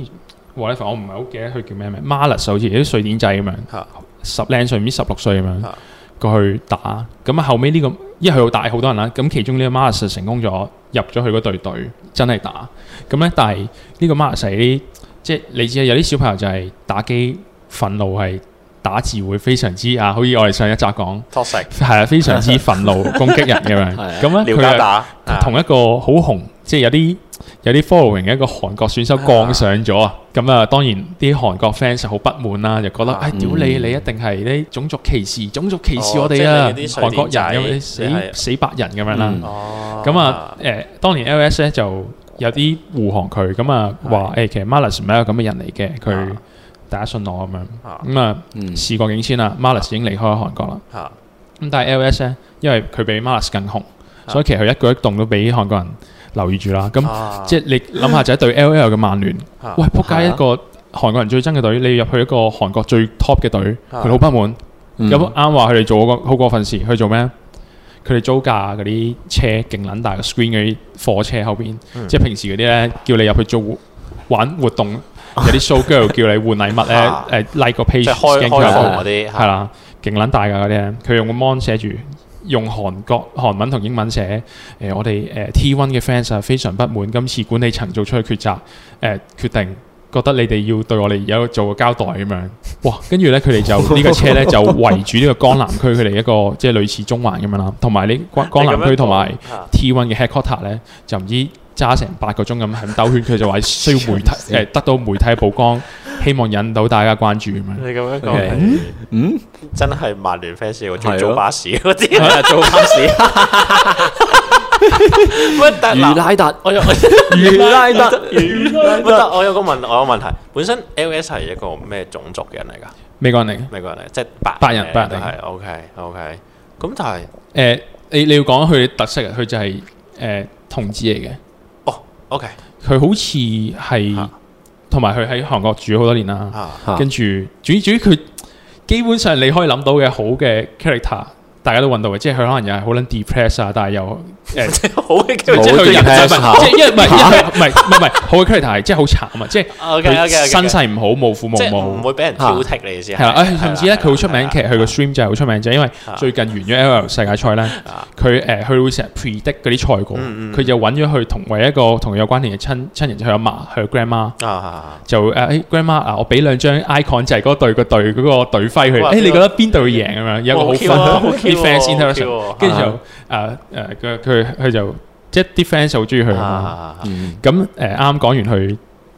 Speaker 3: whatever，我唔係好記得佢叫咩名，Marlis 好似有啲瑞典仔咁樣
Speaker 2: 嚇，
Speaker 3: 十零歲唔知十六歲咁樣
Speaker 2: 嚇
Speaker 3: 過去打。咁啊後尾呢、個，因為佢好大好多人啦，咁其中呢個 Marlis 就成功咗入咗佢嗰隊隊，真係打。咁咧，但係呢個 Marlis 係啲即係你知啊有啲小朋友就係打機憤怒係打字會非常之啊，好似我哋上一集講
Speaker 2: 托食
Speaker 3: 係啊，非 常之憤怒攻擊人咁樣。
Speaker 4: 係啊
Speaker 3: 咁咧
Speaker 2: 廖
Speaker 3: 佢
Speaker 2: 家
Speaker 3: 係
Speaker 2: 打
Speaker 3: 同一個好紅，即係有啲有啲 following 嘅一個韓國選手降上咗啊！咁啊，當然啲韓國 fans 好不滿啦，就覺得
Speaker 2: 啊
Speaker 3: 唉，屌
Speaker 4: 嗯
Speaker 3: 你，你一定係啲種族歧視，種族歧視
Speaker 2: 哦
Speaker 3: 我哋啊！
Speaker 2: 即係
Speaker 3: 韓
Speaker 2: 你啲
Speaker 3: 國人咁
Speaker 2: 水
Speaker 3: 樣
Speaker 2: 電
Speaker 3: 死
Speaker 2: 仔啊你係
Speaker 3: 死白人咁樣啦
Speaker 4: 嗯。
Speaker 2: 哦
Speaker 3: 咁啊，誒，當年 LS 咧就有啲護航佢，咁啊話誒，其實 Marlis 唔係一個咁嘅人嚟嘅，佢
Speaker 2: 啊
Speaker 3: 大家信我咁
Speaker 2: 啊
Speaker 3: 樣。咁啊，
Speaker 4: 嗯
Speaker 3: 事過境遷啦，Marlis 已經離開咗韓國啦。
Speaker 2: 嚇
Speaker 3: 咁但係 LS 咧，因為佢比 Mars 更紅，
Speaker 2: 啊
Speaker 3: 所以其實佢一舉一動都俾韓國人留意住啦。咁
Speaker 2: 啊
Speaker 3: 即係你諗下，就係對 LL 嘅曼聯，
Speaker 2: 啊
Speaker 3: 喂撲街一個韓國人最憎嘅隊，你要入去一個韓國最 top 嘅隊，
Speaker 2: 啊
Speaker 3: 佢好不滿。
Speaker 4: 嗯
Speaker 3: 咁啱話佢哋做嗰個好過分事，去做咩？佢哋租架嗰啲車勁撚大個 screen 嗰啲貨車後邊，
Speaker 2: 嗯
Speaker 3: 即係平時嗰啲咧叫你入去做活玩活動，有啲 show girl 叫你換禮物
Speaker 2: 啊
Speaker 3: 咧，誒 like 個 page
Speaker 2: 即係開
Speaker 3: scan
Speaker 2: 開
Speaker 3: QR
Speaker 2: 放
Speaker 3: code
Speaker 2: 嗰啲
Speaker 3: 係啦，勁撚大㗎嗰啲咧，佢用個 mon 寫住，用韓國韓文同英文寫，誒、我哋誒、T one 嘅 fans 啊非常不滿今次管理層做出嘅抉擇，誒、決定覺得你哋要對我哋有做個交代咁樣，哇！跟住咧佢哋 就呢個車咧就圍住呢個江南區佢哋一個即係類似中環咁樣啦，同埋呢江江南區同埋
Speaker 2: 你咁樣講啊
Speaker 3: T one 嘅 headquarter 咧就唔知揸成八個鐘咁係咁兜圈，佢就話需要 媒體誒得到媒體嘅曝光，希望引到大家關注咁樣。
Speaker 2: 你咁樣講
Speaker 1: OK
Speaker 2: 係
Speaker 4: 嗯，
Speaker 2: 真係曼聯 fans 喎，仲
Speaker 1: 係咯
Speaker 2: 要做巴士嗰啲，
Speaker 3: 啊
Speaker 1: 做巴 士，
Speaker 2: 乜但
Speaker 4: 如
Speaker 2: 嗱
Speaker 4: 拉達，
Speaker 2: 我有
Speaker 4: 如拉達，
Speaker 2: 唔得，我有個問，我有個問題。本身 LS 係一個咩種族嘅人嚟㗎？
Speaker 3: 美國人嚟嘅。
Speaker 2: 美國人嚟，即係白
Speaker 3: 白人
Speaker 2: 嘅
Speaker 3: 白人
Speaker 2: 都係 OK OK。咁但係，
Speaker 3: 誒、呃你你要講佢特色啊，佢就係、誒、同志嚟嘅，
Speaker 2: 哦 OK
Speaker 3: 佢好似係
Speaker 2: 嚇
Speaker 3: 同埋佢喺韓國住咗好多 年啦，
Speaker 2: 啊，
Speaker 4: 嚇
Speaker 3: 跟住主主要佢基本上你可以諗到嘅好嘅 character，大家都揾到嘅，即係佢可能又係好撚 depress 啊，但係又誒。
Speaker 2: 好嘅
Speaker 3: 即
Speaker 2: 叫
Speaker 3: 係
Speaker 2: 做
Speaker 3: 佢人生
Speaker 4: depress 下
Speaker 3: 即係因為唔係因為唔係唔係唔係好嘅 credit 係即係好慘啊！即係
Speaker 2: OK OK
Speaker 3: 佢
Speaker 2: OK，
Speaker 3: 身世唔好，無父無
Speaker 2: 即係唔
Speaker 3: 母，
Speaker 2: 會俾人挑剔你意思
Speaker 3: 係啦。哎誒，甚至咧佢好出名，其實佢個 stream 就係好出名，就係因為
Speaker 2: 啊
Speaker 3: 最近完咗 L L 世界賽咧，佢誒佢會成日 predict 嗰啲賽果，
Speaker 2: 嗯嗯
Speaker 3: 佢就揾咗佢同為一個同佢有關聯嘅親親人，就佢阿嫲，佢 grandma。
Speaker 2: 啊啊
Speaker 3: 就誒、誒 grandma 啊，我俾兩張 icon 就係嗰隊個隊嗰個隊徽佢，誒、哎
Speaker 2: 哇
Speaker 3: 你覺得邊隊會贏咁樣？有一個好分
Speaker 2: 好 Q 啊
Speaker 3: 啲
Speaker 2: 好 Q 啊
Speaker 3: fans
Speaker 2: 好 Q 啊
Speaker 3: interaction，跟住就誒誒佢佢佢就即係啲 fans 好中意佢
Speaker 2: 啊
Speaker 3: 咁樣
Speaker 2: 啊
Speaker 4: 嗯
Speaker 3: 咁誒啱講完佢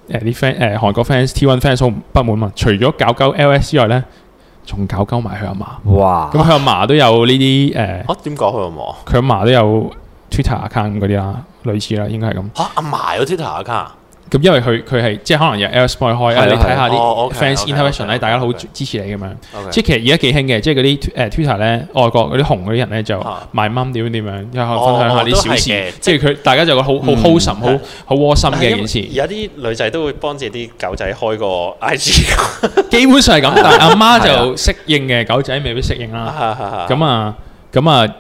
Speaker 3: 誒啲 fan 誒韓國 fans T1 fans 好不滿嘛，除咗搞鳩 LS 之外咧，仲搞鳩埋佢阿嫲。
Speaker 4: 哇，
Speaker 3: 咁佢阿嫲都有呢啲誒，
Speaker 2: 啊點講佢有冇啊
Speaker 3: 佢阿嫲都有 Twitter account 嗰啲啦，類似啦，應該係咁。
Speaker 2: 嚇阿嫲有 Twitter account 啊
Speaker 3: 咁因為佢佢係即係可能有 LS boy 開啊，
Speaker 4: 係
Speaker 3: 你
Speaker 4: 啦
Speaker 3: 睇下
Speaker 2: 係啦哦
Speaker 3: 啲
Speaker 2: ，OK，
Speaker 3: fans
Speaker 2: OK，
Speaker 3: interaction 咧，
Speaker 2: OK，
Speaker 3: 大家好
Speaker 2: OK
Speaker 3: 支持你咁樣。
Speaker 2: ，OK。
Speaker 3: 即係其實而家幾興嘅，即係嗰啲誒呃 Twitter 咧，外國嗰啲紅嗰啲人咧就
Speaker 2: 啊
Speaker 3: 賣蚊點樣點樣，又可
Speaker 2: 哦
Speaker 3: 以分享下啲
Speaker 2: 都
Speaker 3: 小
Speaker 2: 係嘅
Speaker 3: 事，即係佢大家就覺得好好
Speaker 4: 嗯
Speaker 3: wholesome 好
Speaker 2: 係
Speaker 3: 好窩心嘅一件事。
Speaker 2: 而家啲女仔都會幫自己啲狗仔開個 IG，
Speaker 3: 基本上係咁，但係阿媽就適應嘅，狗仔未必適應啦。
Speaker 2: 咁
Speaker 3: 咁啊，咁啊，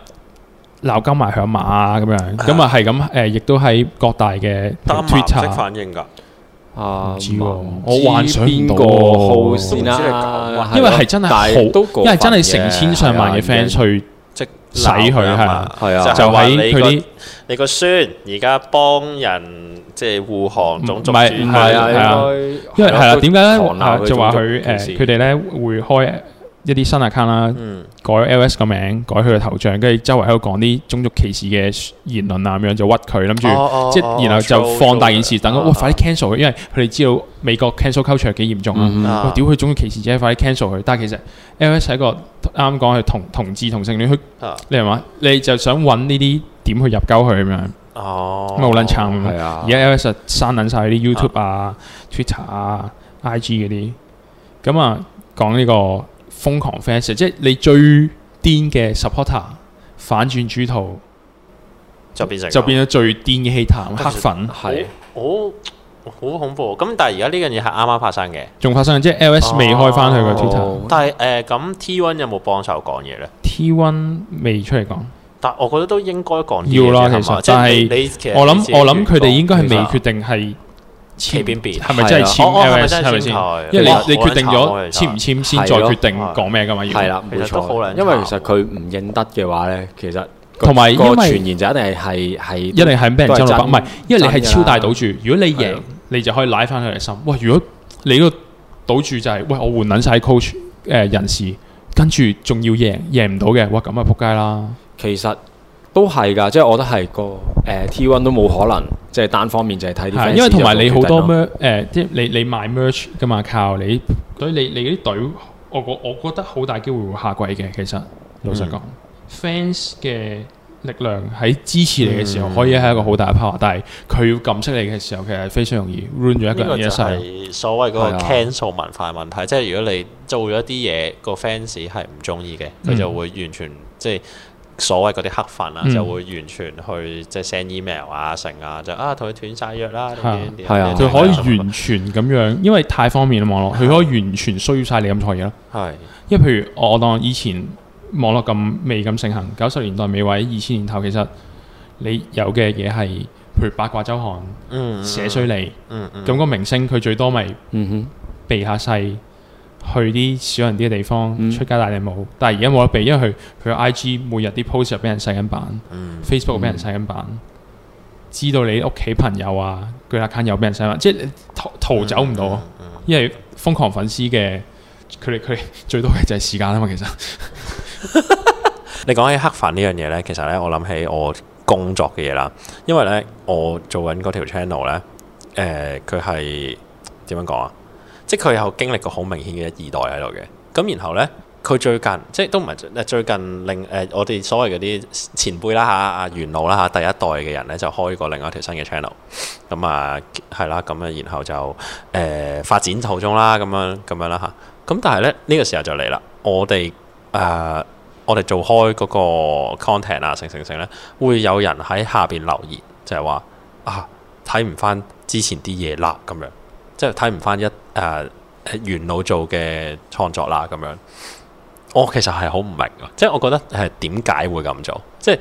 Speaker 3: 鬧交埋佢阿嫲啊，咁樣，咁啊係咁誒，亦都喺各大嘅
Speaker 2: 但阿嫲唔識
Speaker 3: Twitter。
Speaker 2: 反應㗎，
Speaker 4: 啊
Speaker 3: 唔知喎
Speaker 4: 唔
Speaker 3: 我幻想唔
Speaker 4: 邊
Speaker 3: 到
Speaker 4: 個
Speaker 3: 喎
Speaker 4: host 先
Speaker 2: 都唔知你講
Speaker 4: 啦
Speaker 2: 乜，
Speaker 3: 因為係真係好，
Speaker 4: 但係都過
Speaker 3: 因為真係
Speaker 4: 分嘅
Speaker 3: 成千上萬嘅
Speaker 4: 係啊
Speaker 3: fans 去
Speaker 2: 即
Speaker 3: 洗佢係啊
Speaker 4: 係啊
Speaker 2: 就
Speaker 3: 就
Speaker 2: 係話
Speaker 3: 喺
Speaker 2: 你
Speaker 3: 佢
Speaker 2: 個
Speaker 3: 啲
Speaker 2: 你個孫而家幫人即係護航種族主
Speaker 3: 唔係
Speaker 2: 義
Speaker 3: 唔係啊係啊因為係啦，點解
Speaker 4: 狂
Speaker 3: 咧？
Speaker 4: 鬧
Speaker 3: 啊
Speaker 4: 佢
Speaker 3: 就話佢
Speaker 4: 種族歧
Speaker 3: 誒，
Speaker 4: 視
Speaker 3: 佢哋咧會開一啲新 account 啦，
Speaker 2: 嗯
Speaker 3: 改 LS 個名，改佢嘅頭像，跟住周圍喺度講啲種族歧視嘅言論啊咁樣，就屈佢，諗住
Speaker 2: 哦
Speaker 3: 即
Speaker 2: 哦
Speaker 3: 係然後就
Speaker 2: ，troll，
Speaker 3: 放大件事，
Speaker 2: troll
Speaker 3: 等佢
Speaker 2: 啊
Speaker 3: 哇快啲 cancel 佢，因為佢哋知道美國 cancel culture 幾嚴重啊。
Speaker 4: 嗯
Speaker 2: 啊
Speaker 3: 哇！屌佢種族歧視者，快啲 cancel 佢！但係其實 LS 係一個啱啱講係同同志同性戀，佢
Speaker 2: 啊
Speaker 3: 你係嘛？你就想揾呢啲點去入鳩佢咁樣，咁
Speaker 2: 哦，
Speaker 3: 咪好撚慘咁樣
Speaker 4: 係。啊
Speaker 3: 嗯而，家 LS 就刪撚晒啲 YouTube 啊、Twitter 啊、IG 嗰啲。咁啊，講呢個瘋狂 fans，即係你最癲嘅 supporter 反轉主圖，
Speaker 2: 就變成啊
Speaker 3: 就變咗最癲嘅 hater
Speaker 2: 其實
Speaker 3: 黑粉，
Speaker 4: 係
Speaker 2: 好好恐怖。咁但係而家呢樣嘢係啱啱發生嘅，
Speaker 3: 仲發生即係
Speaker 2: 哦
Speaker 3: LS 未開翻佢個 Twitter。
Speaker 4: 哦
Speaker 2: 但係誒咁 T One 有冇幫手講嘢咧？
Speaker 3: T1 未出嚟講，
Speaker 2: 但我覺得都應該講啲
Speaker 3: 要啦
Speaker 2: 嘢先
Speaker 3: 其實
Speaker 2: 係嘛即係
Speaker 3: 但係
Speaker 2: 你你其實
Speaker 3: 我
Speaker 2: 你自己
Speaker 3: 諗我諗
Speaker 2: 決
Speaker 3: 佢哋應該係
Speaker 2: 其
Speaker 3: 未
Speaker 2: 實
Speaker 3: 決定係
Speaker 2: 企邊
Speaker 3: 簽
Speaker 2: 邊
Speaker 3: 係咪真係簽
Speaker 2: 哦哦係咪
Speaker 3: LS
Speaker 2: 真係
Speaker 3: 係咪
Speaker 2: 簽
Speaker 3: 先
Speaker 2: 佢？
Speaker 3: 因為
Speaker 2: 哇
Speaker 3: 你你
Speaker 2: 好撚
Speaker 3: 決定
Speaker 2: 慘喎
Speaker 3: 咗
Speaker 2: 其實
Speaker 3: 簽唔簽先，
Speaker 4: 係
Speaker 3: 再
Speaker 4: 咯
Speaker 3: 決定
Speaker 2: 係
Speaker 3: 講咩㗎嘛要。
Speaker 4: 係啦，
Speaker 2: 其
Speaker 4: 冇
Speaker 2: 實都好
Speaker 4: 錯
Speaker 2: 撚。
Speaker 4: 因為
Speaker 2: 慘
Speaker 4: 其實佢唔認得嘅話咧，其實個
Speaker 3: 同埋
Speaker 4: 個
Speaker 3: 因為
Speaker 4: 傳言就一定係係係
Speaker 3: 一定係俾人爭老百，唔
Speaker 4: 都
Speaker 3: 係
Speaker 4: 係真，
Speaker 3: 因為你係
Speaker 4: 真㗎啦
Speaker 3: 超大賭注。如果你
Speaker 4: 係
Speaker 3: 贏
Speaker 4: 啊，
Speaker 3: 你就可以拉翻佢嘅心。喂，如果你個賭注就係、喂，我換撚晒 coach 誒、人士，跟住仲要贏，贏唔到嘅，哇，咁啊撲街啦！
Speaker 4: 其實都係㗎，即係我覺得係個誒 T one 都冇可能，即係單方面就係睇啲
Speaker 3: 係
Speaker 4: fans
Speaker 3: 因為同埋你好
Speaker 4: 做
Speaker 3: 多
Speaker 4: 決定咯
Speaker 3: mer 誒、即係你你賣 merch 噶嘛，靠你，所以你你嗰啲隊，我覺我覺得好大機會會下跪嘅。其實老
Speaker 4: 嗯
Speaker 3: 實講、f a n s 嘅力量喺支持你嘅時候，
Speaker 4: 嗯
Speaker 3: 可以係一個好大嘅 power，但係佢要撳熄你嘅時候，其實非常容易 run 咗一個
Speaker 2: 呢個
Speaker 3: 人嘅
Speaker 2: 就
Speaker 3: 一世。
Speaker 2: 係所謂嗰個
Speaker 4: 係啊
Speaker 2: cancel 文化問題，即係如果你做咗一啲嘢，個 fans 係唔中意嘅，佢
Speaker 3: 嗯
Speaker 2: 就會完全即係所謂嗰啲黑粉啊，
Speaker 3: 嗯
Speaker 2: 就會完全去即係 send email 啊、成啊，就啊同佢斷晒約啦，
Speaker 3: 係啊
Speaker 2: 點點點
Speaker 4: 係啊
Speaker 3: 佢可以
Speaker 2: 完
Speaker 3: 完全咁樣，因為太方便啦網絡，佢可以完全需要晒你咁錯嘢咯。
Speaker 2: 係
Speaker 3: 因為譬如我當以前網絡咁未咁盛行，九十年代尾或者二千年頭，其實你有嘅嘢係譬如八卦周刊、
Speaker 2: 嗯
Speaker 3: 寫衰你，
Speaker 2: 嗯嗯
Speaker 3: 咁個明星佢最多咪
Speaker 4: 嗯哼。
Speaker 3: 避下勢，去啲少人啲嘅地方
Speaker 4: 嗯
Speaker 3: 出街大地舞。但係而家冇得避，因為佢佢 I G 每日啲 post 又俾人洗緊版
Speaker 2: 嗯
Speaker 3: ，Facebook 又俾人洗緊版。知道你屋企朋友啊，佢 account 又俾人洗版，即係你逃逃走唔到啊。
Speaker 2: 嗯嗯
Speaker 3: 因為瘋狂粉絲嘅佢哋佢哋最多嘅就係時間啊嘛，其實
Speaker 2: 你講起黑粉呢樣嘢咧，其實咧我諗起我工作嘅嘢啦。因為咧，我做緊嗰條 channel 咧，誒、佢係點樣講啊？即係佢有經歷過好明顯嘅一二代喺度嘅。咁然後咧，佢最近即係都唔係最最近令誒、我哋所謂嗰啲前輩啦嚇，阿元老啦嚇，第一代嘅人咧就開過另外一條新嘅 channel。咁啊係啦，咁啊然後就誒、發展途中啦，咁樣咁樣啦嚇。咁但係咧呢、呢個時候就嚟啦，我哋誒、啊我哋做開嗰個 content 啊，成成成咧，會有人喺下邊留言，就係、話啊睇唔翻之前啲嘢啦，咁樣即係睇唔翻一誒、呃元老做嘅創作啦，咁樣。我其實係好唔明啊，即係我覺得係點解會咁做？即係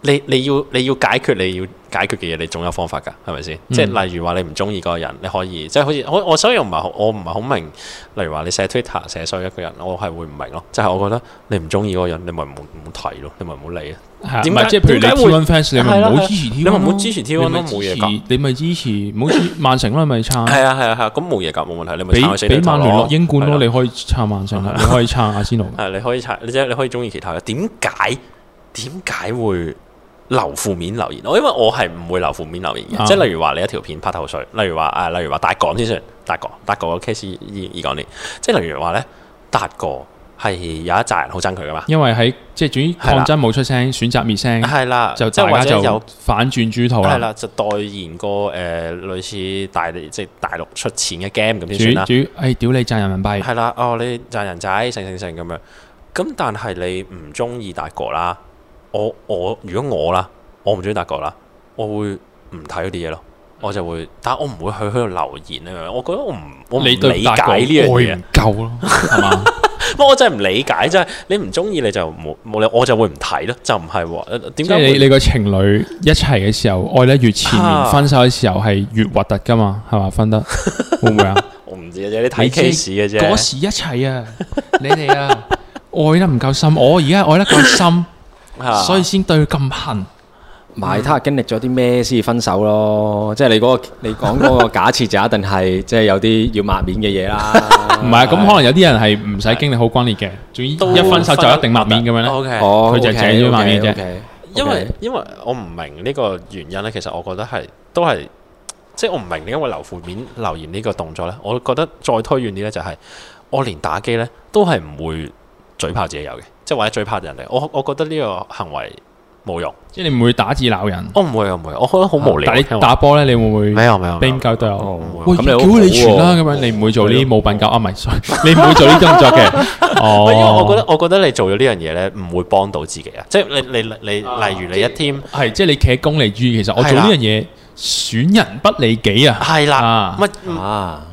Speaker 2: 你你要你要解決你要解決嘅嘢，你總有方法㗎，係咪先？即係例如話你唔中意嗰個人，你可以即係好似我我所以我唔係好我唔係好明，例如話你寫 Twitter 寫衰一個人，我係會唔明咯。即係我覺得你唔中意嗰個人，你咪唔好唔好睇咯，你咪唔好理啊。
Speaker 3: 係啊
Speaker 2: 點
Speaker 3: 唔
Speaker 2: 解
Speaker 3: 係即係譬如
Speaker 2: 點解會
Speaker 3: 你 T1 fans，你咪唔
Speaker 2: 係
Speaker 3: 好
Speaker 2: 啦
Speaker 3: 支持 T1
Speaker 2: 你咪唔好
Speaker 3: 咯
Speaker 2: 支持 T1
Speaker 3: 你咪
Speaker 2: 咯冇嘢
Speaker 3: 支持
Speaker 2: 講
Speaker 3: 你咪支持，唔好支曼城啦，咪撐。
Speaker 2: 係啊係啊係啊，咁冇嘢㗎，冇問題，你咪
Speaker 3: 俾
Speaker 2: 撐佢死
Speaker 3: 俾
Speaker 2: 對頭
Speaker 3: 曼聯
Speaker 2: 咯
Speaker 3: 落英冠
Speaker 2: 係
Speaker 3: 咯，
Speaker 2: 啦
Speaker 3: 你可以撐曼城啦，你可以撐阿仙奴㗎。
Speaker 2: 係你可以查，你即係你可以中意其他嘅。點解點解會留負面留言？我因為我係唔會留負面留言嘅，
Speaker 3: 啊
Speaker 2: 即係例如話你一條片拍頭水，例如話啊，例如話達哥先算，達哥達哥個 case 依依講啲，即係例如話咧，達哥係有一扎人好憎佢噶嘛，
Speaker 3: 因為喺即係總之抗爭冇出聲，選擇滅聲，
Speaker 2: 係啦，
Speaker 3: 嗯就
Speaker 2: 即係
Speaker 3: 大
Speaker 2: 或
Speaker 3: 家
Speaker 2: 者有
Speaker 3: 就。反轉豬頭
Speaker 2: 係
Speaker 3: 啦。
Speaker 2: 啦，就代言個誒、呃、類似大即係大陸出錢嘅 game 咁
Speaker 3: 主
Speaker 2: 先算啦。
Speaker 3: 主，誒屌你賺人民幣，
Speaker 2: 係啦，哦，你賺人仔，成成成咁樣。咁但係你唔中意達哥啦，我我如果我啦，我唔中意達哥啦，我會唔睇嗰啲嘢咯，我就會，但我唔會去喺度留言啊。我覺得我唔我唔理
Speaker 3: 你
Speaker 2: 解呢
Speaker 3: 對達哥
Speaker 2: 樣
Speaker 3: 愛
Speaker 2: 嘢啊
Speaker 3: 唔，夠咯，係嘛？
Speaker 2: 不過我真係唔理解，真係你唔中意你就冇冇理，我就會唔睇咯，就唔係喎呃。 點
Speaker 3: 即
Speaker 2: 解
Speaker 3: 係
Speaker 2: 會
Speaker 3: 你你個情侶一齊嘅時候，愛得越前面，
Speaker 2: 啊
Speaker 3: 分手嘅時候係越核突噶嘛，係嘛？分得會唔會啊？
Speaker 2: 我唔知啫，你睇
Speaker 3: 你知
Speaker 2: case 嘅
Speaker 3: 嗰
Speaker 2: 啫。
Speaker 3: 時一齊啊， 你哋啊，愛得唔夠深，我而家愛得夠深，
Speaker 2: 啊
Speaker 3: 所以先對佢咁恨。
Speaker 4: 埋睇下經歷咗啲咩先至分手咯，即係你嗰、個你講嗰個假設就一定係即係有啲要抹面嘅 嘢啦。
Speaker 3: 唔係啊，咁可能有啲人係唔使經歷好關烈嘅，總之
Speaker 2: 都
Speaker 3: 一分手就一定抹面咁樣咧。
Speaker 2: O K，
Speaker 4: 哦，
Speaker 3: 佢就係借咗抹面啫
Speaker 4: OK，OK，OK
Speaker 2: 因為因為我唔明呢個原因咧，其實我覺得係都係即係我唔明點解會留負面留言呢個動作咧。我覺得再推遠啲咧，就係我連打機咧都係唔會嘴炮自己有嘅，即係或者嘴炮人哋。我我覺得呢個行為冇用，
Speaker 3: 即係你唔會打字鬧人，
Speaker 2: 我唔會，我唔會，我覺得好無聊。
Speaker 3: 但係你打波咧，你會唔會
Speaker 2: 沒有沒有沒有
Speaker 3: 冰狗隊友？
Speaker 4: 哦
Speaker 3: 喂，
Speaker 4: 咁
Speaker 3: 叫
Speaker 4: 好
Speaker 3: 你傳啦，
Speaker 4: 好
Speaker 3: 咁
Speaker 4: 喎
Speaker 3: 樣你唔會做呢啲冇品狗啊？唔係，sorry，你 唔會做呢啲動作 嘅。
Speaker 2: 唔係因為
Speaker 3: 哦，
Speaker 2: 我覺得我覺得你做咗呢樣嘢咧，唔會幫到自己啊！即係你你你，例如你一 team
Speaker 3: 係即係你企喺功利主義，其實我做
Speaker 2: 係啦
Speaker 3: 呢樣嘢損人不利己啊。
Speaker 2: 係啦
Speaker 3: 啊，
Speaker 2: 乜
Speaker 4: 啊，？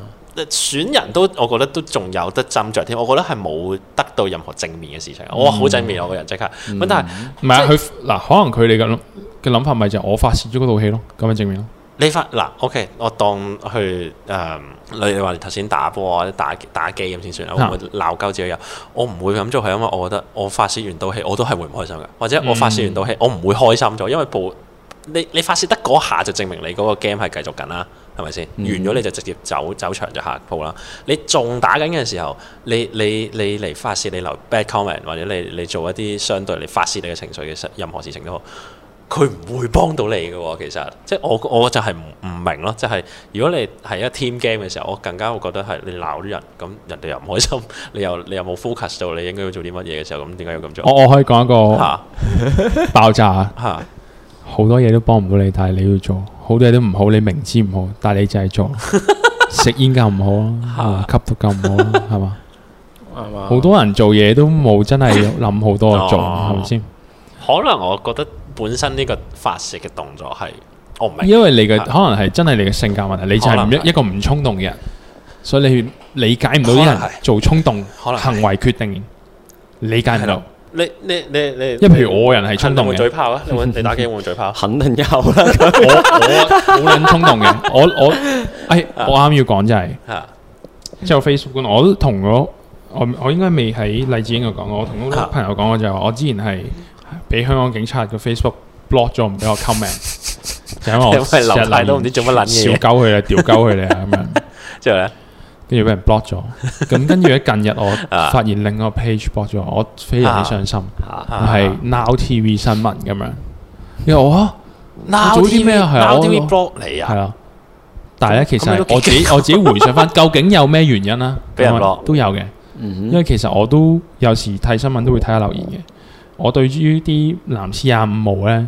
Speaker 2: 選人都，我覺得都仲有得斟酌添。我覺得係冇得到任何正面嘅事情。我好正面，我個人即刻。咁但係
Speaker 3: 唔係啊，佢嗱，可能佢哋嘅諗嘅諗法咪就係我發泄咗嗰套戲咯，咁樣正面咯。
Speaker 2: 你發嗱，OK，我當去誒，例如話你頭先打波或者打打機咁先算啦。我唔會鬧鳩自己有，我唔會咁做係因為我覺得我發泄完到氣，我都係會唔開心嘅，或者我發泄完到氣，我唔會開心咗，因為部你你發泄得嗰下就證明你嗰個 game 係繼續緊啦，係咪先？完咗你就直接走走場就下鋪啦。你仲打緊嘅時候，你你你嚟發泄，你留 bad comment 或者你你做一啲相對你發泄你嘅情緒嘅任何事情都好，佢唔會幫到你嘅喎。其實即係我我就係唔唔明咯，即係如果你係一個 team game 嘅時候，我更加會覺得係你鬧啲人，咁人哋又唔開心，你又你又冇 focus 到你應該要做啲乜嘢嘅時候，咁點解要咁做？
Speaker 3: 我我可以講一個
Speaker 2: 哦嚇
Speaker 3: 爆炸啊，
Speaker 2: 嚇
Speaker 3: 好多嘢都幫唔到你，但係你要做，好多嘢都唔好，你明知唔好，但係你就 係做。食煙梗係唔好啦，啊吸毒梗係唔好啦，係嘛？好多人做嘢都冇真係諗好多做，
Speaker 2: 哦
Speaker 3: 係咪先？
Speaker 2: 可能我覺得本身呢個發泄嘅動作係我唔明。
Speaker 3: 因為你嘅
Speaker 2: 係
Speaker 3: 可能係真係你嘅性格問題，你就係
Speaker 2: 可
Speaker 3: 唔
Speaker 2: 能係
Speaker 3: 一一個唔衝動嘅人，所以你理解唔到啲
Speaker 2: 可
Speaker 3: 人
Speaker 2: 能係
Speaker 3: 做衝動
Speaker 2: 可能係
Speaker 3: 行為決定，理解唔
Speaker 2: 係啦
Speaker 3: 到。
Speaker 2: 你你你你，
Speaker 3: 因為譬如我個人係衝動
Speaker 2: 你會唔會
Speaker 3: 嘅
Speaker 2: 嘴炮啊！你會你打機會唔會嘴炮啊
Speaker 4: 肯定有啦。
Speaker 3: 我我好撚 衝動嘅，我我誒我啱要講就係。
Speaker 2: 嚇
Speaker 3: 之後 Facebook 我都同我我我應該未喺勵志英度講過，我同好多
Speaker 2: 啊
Speaker 3: 朋友講過就係話我之前係俾香港警察個 Facebook block 咗，唔俾我 comment，就因為 我
Speaker 2: 因為
Speaker 3: 成日
Speaker 2: 留太多唔知做乜撚
Speaker 3: 笑
Speaker 2: 嘢
Speaker 3: 鳩 佢啦，屌鳩佢哋啊咁樣，
Speaker 2: 之後咧，
Speaker 3: 跟住俾人 block 咗。咁跟住咧近日我
Speaker 2: 啊
Speaker 3: 發現另一個 page block 咗我，我非常之傷心，
Speaker 4: 啊
Speaker 3: 係 Now TV 新聞咁樣。你話我
Speaker 2: ，now
Speaker 3: 做啲咩啊係啊
Speaker 2: now
Speaker 3: 我
Speaker 2: TV block 你
Speaker 3: 係
Speaker 2: 啊，
Speaker 3: 啦。但係咧，其
Speaker 2: 咁你都
Speaker 3: 實
Speaker 2: 幾
Speaker 3: 我自己我自己回想翻，究竟有咩原因啦？
Speaker 2: 俾人嗯
Speaker 3: 咁啊
Speaker 2: 落
Speaker 3: 都有嘅，因為其實我都有時睇新聞都會睇下留言
Speaker 2: 哦
Speaker 3: 嘅。我對於啲男司廿五毛咧，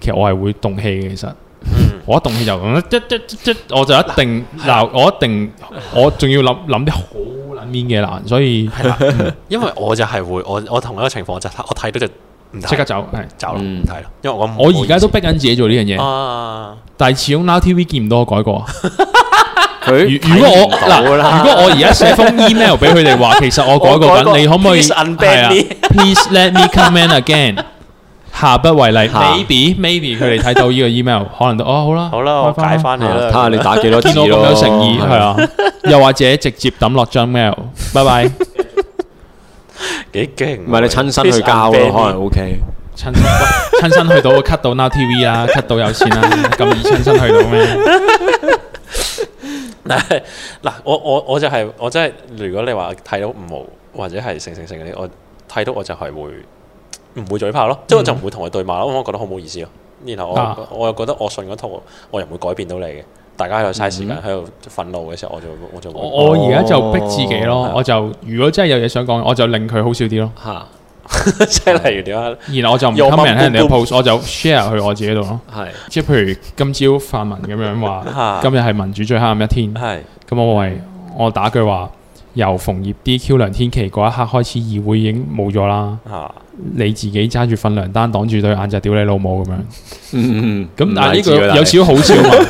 Speaker 3: 其實我係會動氣嘅。其實
Speaker 2: 嗯
Speaker 3: 我一動氣就咁，即即即即我就一定鬧，我一定我仲要諗諗啲好撚面嘅難，所以
Speaker 2: 因為我就係會我我同一個情況我就睇我睇到就唔睇
Speaker 3: 即刻走。係
Speaker 2: 走啦，唔
Speaker 4: 嗯
Speaker 2: 睇啦，因為我唔
Speaker 3: 我而家都
Speaker 2: 好
Speaker 3: 逼緊自己做呢樣
Speaker 2: 意思
Speaker 3: 嘢，
Speaker 2: 啊，
Speaker 3: 但係始終 Now TV 見唔到我改過。
Speaker 4: 佢
Speaker 3: 如如果我嗱，
Speaker 2: 到啦
Speaker 3: 如果我而家寫封 email 俾佢哋話，其實我改 過
Speaker 2: 我改過
Speaker 3: 緊，你可唔可以
Speaker 2: Please unban
Speaker 3: 係啊
Speaker 2: me
Speaker 3: ？Please let me come in again。下 不為例
Speaker 4: 嚇
Speaker 3: ，maybe maybe 佢哋睇到呢 個 email，可能都哦好啦，
Speaker 2: 好啦，我
Speaker 3: 開返
Speaker 2: 解翻你
Speaker 4: 啊
Speaker 2: 啦，
Speaker 4: 睇下你打幾多字
Speaker 3: 見到
Speaker 4: 咯，
Speaker 3: 咁有誠意係啊，又或者直接抌落 Gmail，拜拜，
Speaker 2: 幾勁啊，
Speaker 4: 唔係你親身去
Speaker 2: Please
Speaker 4: 交咯，可
Speaker 2: unban me
Speaker 4: 能 OK。
Speaker 3: 親身親身去到 cut 到 Now TV 啦，cut 到有線啦，咁易親身去到咩？
Speaker 2: 但係 嗱，我我我就係、我真係，如果你話睇到五毛或者係成成成嗰啲，我睇到我就係會唔會嘴炮咯，即係我就
Speaker 4: 嗯
Speaker 2: 唔會同佢對罵咯，因為我覺得好冇意思咯。然後我、
Speaker 3: 啊
Speaker 2: 我又覺得我信嗰套，我又唔會改變到你嘅。大家喺度嘥時
Speaker 4: 嗯
Speaker 2: 間喺度憤怒嘅時候，我就我就會
Speaker 3: 我我而家就逼自己
Speaker 2: 哦
Speaker 3: 咯，我就如果真係有嘢想講，我就令佢好笑啲咯。
Speaker 4: 嚇，
Speaker 2: 即係例如點啊？
Speaker 3: 然後我就唔
Speaker 2: 又
Speaker 3: comment 喺人哋
Speaker 2: 掹
Speaker 3: 嘅 post，我就 share 去我自己度咯。
Speaker 4: 係
Speaker 3: 即係譬如今朝泛民咁樣話
Speaker 2: 啊，
Speaker 3: 今日係民主最黑暗一天，
Speaker 2: 係
Speaker 3: 咁我為我打句話，由馮業 DQ 梁天琦嗰一刻開始，議會已經冇咗啦。
Speaker 2: 啊，
Speaker 3: 你自己揸住份糧單擋住對眼就屌你老母咁樣。
Speaker 4: 嗯，
Speaker 3: 咁但係呢
Speaker 4: 個
Speaker 3: 個有少少好笑嘛？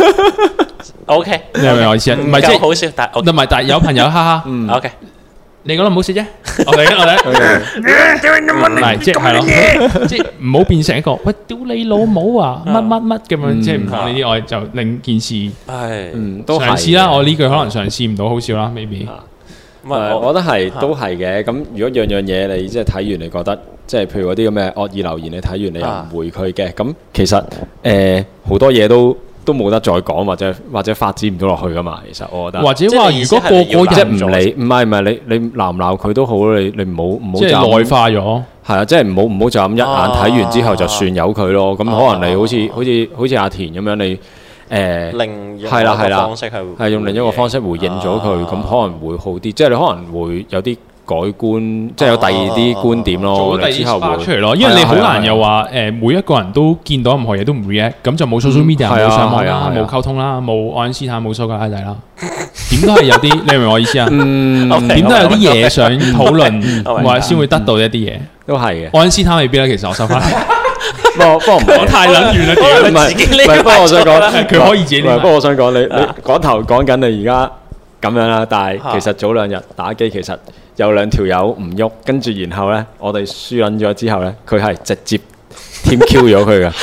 Speaker 2: OK，
Speaker 3: 你明唔明我意思啊？唔係即
Speaker 2: 夠
Speaker 3: 係
Speaker 2: 好笑，但係
Speaker 3: 唔係，但係有朋友哈哈，
Speaker 4: 嗯
Speaker 2: OK
Speaker 3: 你講得唔好笑啫。我哋我哋唔係即係係咯，即係唔好變成一個喂屌你老母啊乜乜乜咁樣，即係唔講呢啲，我就令件事。
Speaker 2: 係
Speaker 4: 嗯都係
Speaker 3: 嘗試啦，啊
Speaker 4: 嘅啊
Speaker 3: 我呢句可能嘗試唔到好笑啦，maybe
Speaker 2: 唔
Speaker 4: 誒，
Speaker 2: 係
Speaker 4: 我
Speaker 2: 我
Speaker 4: 覺得係都係嘅。咁如果樣樣嘢你即係睇完，你覺得即係譬如嗰啲咁嘅惡意留言，你睇完你
Speaker 2: 啊
Speaker 4: 又唔回佢嘅，咁其實誒好多嘢都都冇得再講，或者或者發展唔到落去噶嘛。其實我覺得
Speaker 3: 或。者話如果
Speaker 2: 即係
Speaker 3: 個
Speaker 2: 你意思係你要
Speaker 3: 個
Speaker 4: 即係
Speaker 3: 人
Speaker 4: 唔理，唔係唔係你你鬧唔鬧佢都好，你你唔好唔好
Speaker 3: 即
Speaker 4: 就
Speaker 3: 係
Speaker 4: 咁
Speaker 3: 內化咗，
Speaker 4: 係啊，即係唔好唔好就咁一眼睇完之後就算由佢咯。咁
Speaker 2: 啊
Speaker 4: 可能你好似好似好似阿田咁樣，你誒
Speaker 2: 另一個
Speaker 4: 係啦係啦
Speaker 2: 方式係
Speaker 4: 係用另一個方式回應咗佢，咁
Speaker 2: 啊
Speaker 4: 可能會好啲。即係你可能會有啲改觀，即係有第二啲觀點咯。
Speaker 3: 做咗
Speaker 4: 你
Speaker 3: 第
Speaker 4: 之
Speaker 3: 二
Speaker 4: 後
Speaker 3: part 出
Speaker 4: 會
Speaker 3: 嚟咯。因為
Speaker 4: 係啊
Speaker 3: 你好
Speaker 4: 係啊
Speaker 3: 難又話誒，每一個人都見到任何嘢都唔 react，咁就冇 social media、
Speaker 4: 嗯係啊
Speaker 3: 冇上網
Speaker 4: 係啊
Speaker 3: 啦、
Speaker 4: 係啊
Speaker 3: 冇溝通啦、冇愛因斯坦、冇蘇格拉底啦，點都係有 啲，你明唔明我意思啊？
Speaker 4: 嗯
Speaker 3: 點都有啲嘢想討論，
Speaker 2: 我明白
Speaker 3: 或者先會得到一啲嘢。
Speaker 4: 都係嘅。
Speaker 3: 愛因斯坦未必啦，其實我收翻嚟，
Speaker 4: 不過不過唔
Speaker 3: 我太撚遠啦，屌
Speaker 4: 唔係唔係，不過我想講，
Speaker 3: 佢可以自己
Speaker 4: 唔係
Speaker 3: 匿
Speaker 4: 不
Speaker 3: 埋
Speaker 4: 過我想講，你你講頭講緊你而家咁樣啦，但係其實早兩日打機其實有兩條友唔喐，跟住然後咧，我哋輸撚咗之後咧，佢係直接添 Q 咗佢嘅。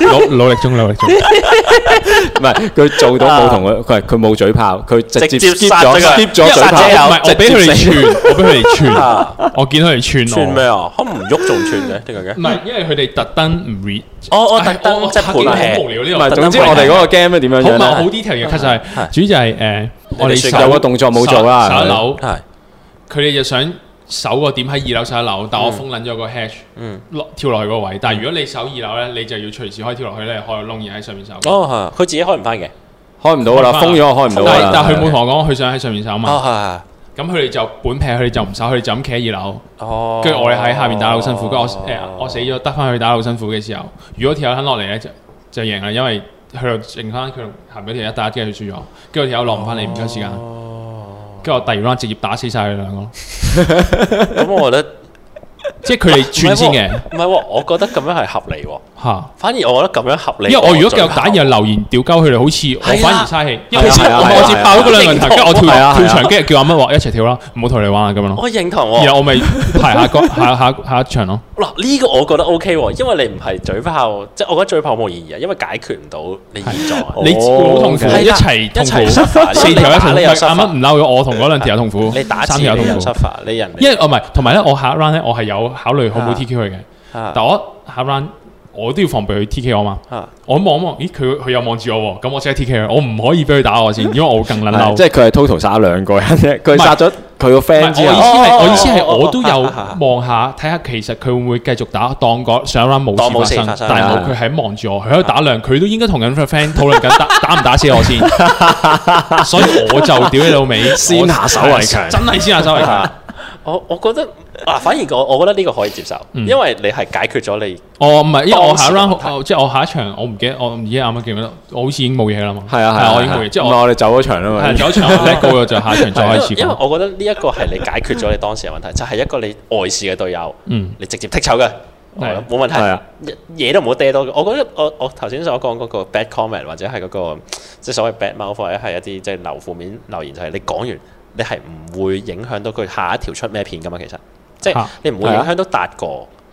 Speaker 3: 努努力中，努力中。
Speaker 4: 唔係佢做到冇同佢，佢係佢冇嘴炮，佢直
Speaker 2: 直
Speaker 4: 接
Speaker 2: 接
Speaker 4: skip
Speaker 2: 殺咗佢
Speaker 4: 咗 skip 咗嘴
Speaker 2: 殺者
Speaker 4: 炮。
Speaker 3: 唔係，我俾佢哋串，我俾佢哋
Speaker 2: 啊
Speaker 3: 串，我見佢哋串
Speaker 2: 串
Speaker 3: 我
Speaker 2: 咩。啊？可唔唔喐仲串嘅呢個嘅
Speaker 3: 唔？係，
Speaker 4: 嗯
Speaker 3: 因為佢哋特登唔 read。
Speaker 2: 我嗯哦我
Speaker 3: 哎
Speaker 4: 哦
Speaker 2: 特登即係
Speaker 3: 好
Speaker 2: 盤劈
Speaker 3: 無聊
Speaker 4: 唔
Speaker 3: 呢
Speaker 4: 係，
Speaker 3: 個。
Speaker 4: 總之我哋嗰個 game 咧點樣
Speaker 3: 好
Speaker 4: 樣
Speaker 3: 唔係好
Speaker 4: 咧？
Speaker 3: detail 嘅 cut 晒，主要就係誒，我哋
Speaker 2: 你哋
Speaker 3: 手
Speaker 4: 有個動作冇做啦
Speaker 3: 手
Speaker 4: 係咪
Speaker 3: 手一樓，
Speaker 2: 係
Speaker 3: 佢哋就想手個點喺二樓手一樓，但我封撚咗個 hash，
Speaker 2: 嗯
Speaker 3: 落跳落去個位。但係如果你手二樓咧，你就要隨時可以跳落去咧，開個窿而喺上面手。啊
Speaker 2: 哦，係佢自己開唔翻嘅。
Speaker 4: 開唔到噶啦，封咗我開唔到
Speaker 3: 但
Speaker 4: 啊噶啦
Speaker 3: 係。但係佢冇同我講，佢想喺上面手嘛。
Speaker 2: 哦，
Speaker 3: 咁佢哋就本劈，佢哋就唔守，佢哋就咁企喺二樓。
Speaker 2: 係哦。
Speaker 3: 跟住我哋喺下面打得好辛苦，跟住我誒我死咗得翻佢打得好辛苦嘅時候，如果條友肯落嚟咧就就贏啦，因為佢就剩翻佢同下面嗰條一打一，跟住佢輸咗，跟住條友落唔翻嚟唔夠時間，
Speaker 4: 哦
Speaker 3: 跟住我第二 round 直接打死晒佢兩個，
Speaker 2: 咁我覺得
Speaker 3: 即係佢哋串先 嘅
Speaker 2: 唔係喎，我覺得咁樣係合理喎。
Speaker 3: 嚇。
Speaker 2: 反而我覺得咁樣合理
Speaker 3: 因為
Speaker 2: 過做效。
Speaker 3: 我如果繼續打，然後留言屌鳩佢哋，好
Speaker 2: 係啊
Speaker 3: 似我反而嘥氣，因為
Speaker 4: 係啊
Speaker 3: 先
Speaker 4: 係啊係啊
Speaker 3: 我我接爆咗嗰兩個人頭，跟住我跳
Speaker 4: 係啊係
Speaker 3: 跳
Speaker 4: 啊
Speaker 3: 場，跟住叫阿乜話一齊跳啦，唔好同你玩啦咁樣咯。
Speaker 2: 我認同
Speaker 4: 哦
Speaker 3: 然
Speaker 2: 喎。
Speaker 3: 後我咪排下個下下下一場咯。
Speaker 2: 嗱呢個我覺得 OK 喎，因為你唔係嘴炮，即係我覺得嘴炮冇意義啊，因為解決唔到你現狀。啊
Speaker 3: 你好痛苦，
Speaker 4: 哦
Speaker 3: 一齊痛
Speaker 2: 係啦一齊
Speaker 3: 苦，
Speaker 2: suffer，
Speaker 3: 四條一齊痛
Speaker 2: 你
Speaker 3: 苦，
Speaker 2: 又 suffer
Speaker 3: 啱啱唔嬲咗我同嗰兩條友痛苦，
Speaker 2: 你打
Speaker 3: 三
Speaker 2: 字
Speaker 3: 條
Speaker 2: 你
Speaker 3: 友
Speaker 2: 又
Speaker 3: 痛
Speaker 2: 失
Speaker 3: 苦，
Speaker 2: 法，你人
Speaker 3: 因為我唔係，同埋咧，我下一 round 咧，我係有考慮可唔可以
Speaker 2: 啊
Speaker 3: TQ 佢嘅，
Speaker 2: 啊
Speaker 3: 但我下一 round 我都要防備佢 TK 我嘛，
Speaker 2: 啊
Speaker 3: 我望一望，咦佢佢又望住我喎，咁我即刻 TK 佢，我唔可以俾佢打我先，因為我會更撚
Speaker 4: 係
Speaker 3: 嬲，
Speaker 4: 即係佢係 total 殺咗兩個人啫，佢殺咗佢個
Speaker 3: 唔
Speaker 4: friend
Speaker 3: 係
Speaker 4: 之
Speaker 3: 我意
Speaker 4: 後，
Speaker 3: 思係，我意思係，
Speaker 2: 哦哦哦
Speaker 3: 我都有望下睇下，其實佢會唔會繼續打，當個上 round
Speaker 2: 當冇
Speaker 3: 冇
Speaker 2: 事
Speaker 3: 事
Speaker 2: 發
Speaker 3: 發
Speaker 2: 生
Speaker 3: 生，但係
Speaker 4: 係
Speaker 3: 冇佢係望住我，佢喺度打量，佢都應該同緊個 friend 討論緊打打唔打死我先，所以我就屌你老味，
Speaker 4: 先下手為強
Speaker 3: 我真係先下手為 強。
Speaker 2: 我我覺得啊，反而我我覺得呢個可以接受，
Speaker 3: 嗯
Speaker 2: 因為你係解決咗你
Speaker 3: 哦我唔係，因為我下一
Speaker 2: 當時
Speaker 3: round
Speaker 2: 嘅問題
Speaker 3: 我即係我下一場，我唔記得，我唔知啱啱記唔記得，我好似已經冇嘢啦嘛。
Speaker 4: 係啊係啊，
Speaker 3: 我已經冇嘢，即係
Speaker 4: 唔係
Speaker 3: 我
Speaker 4: 我哋走咗場啦嘛
Speaker 3: 係。啊走 場叻過咗，就下一場再
Speaker 2: 因
Speaker 3: 開
Speaker 2: 為
Speaker 3: 始
Speaker 2: 因為
Speaker 3: 講。
Speaker 2: 我覺得呢一個係你解決咗你當時嘅問題，就係、一個你外事嘅隊友，
Speaker 3: 嗯
Speaker 2: 你直接剔走嘅，我覺得冇問題
Speaker 4: 係啊，
Speaker 2: 嘢都唔好掟多。我覺得我我頭先所講嗰個 bad comment 或者係嗰、個即係所謂 bad mouth 或者係一啲即係留負面留言，就係、你講完你係唔會影響到佢下一條出咩片噶嘛，其實即係
Speaker 3: 嚇
Speaker 2: 你唔會
Speaker 4: 係
Speaker 2: 影
Speaker 4: 啊
Speaker 2: 響到達哥。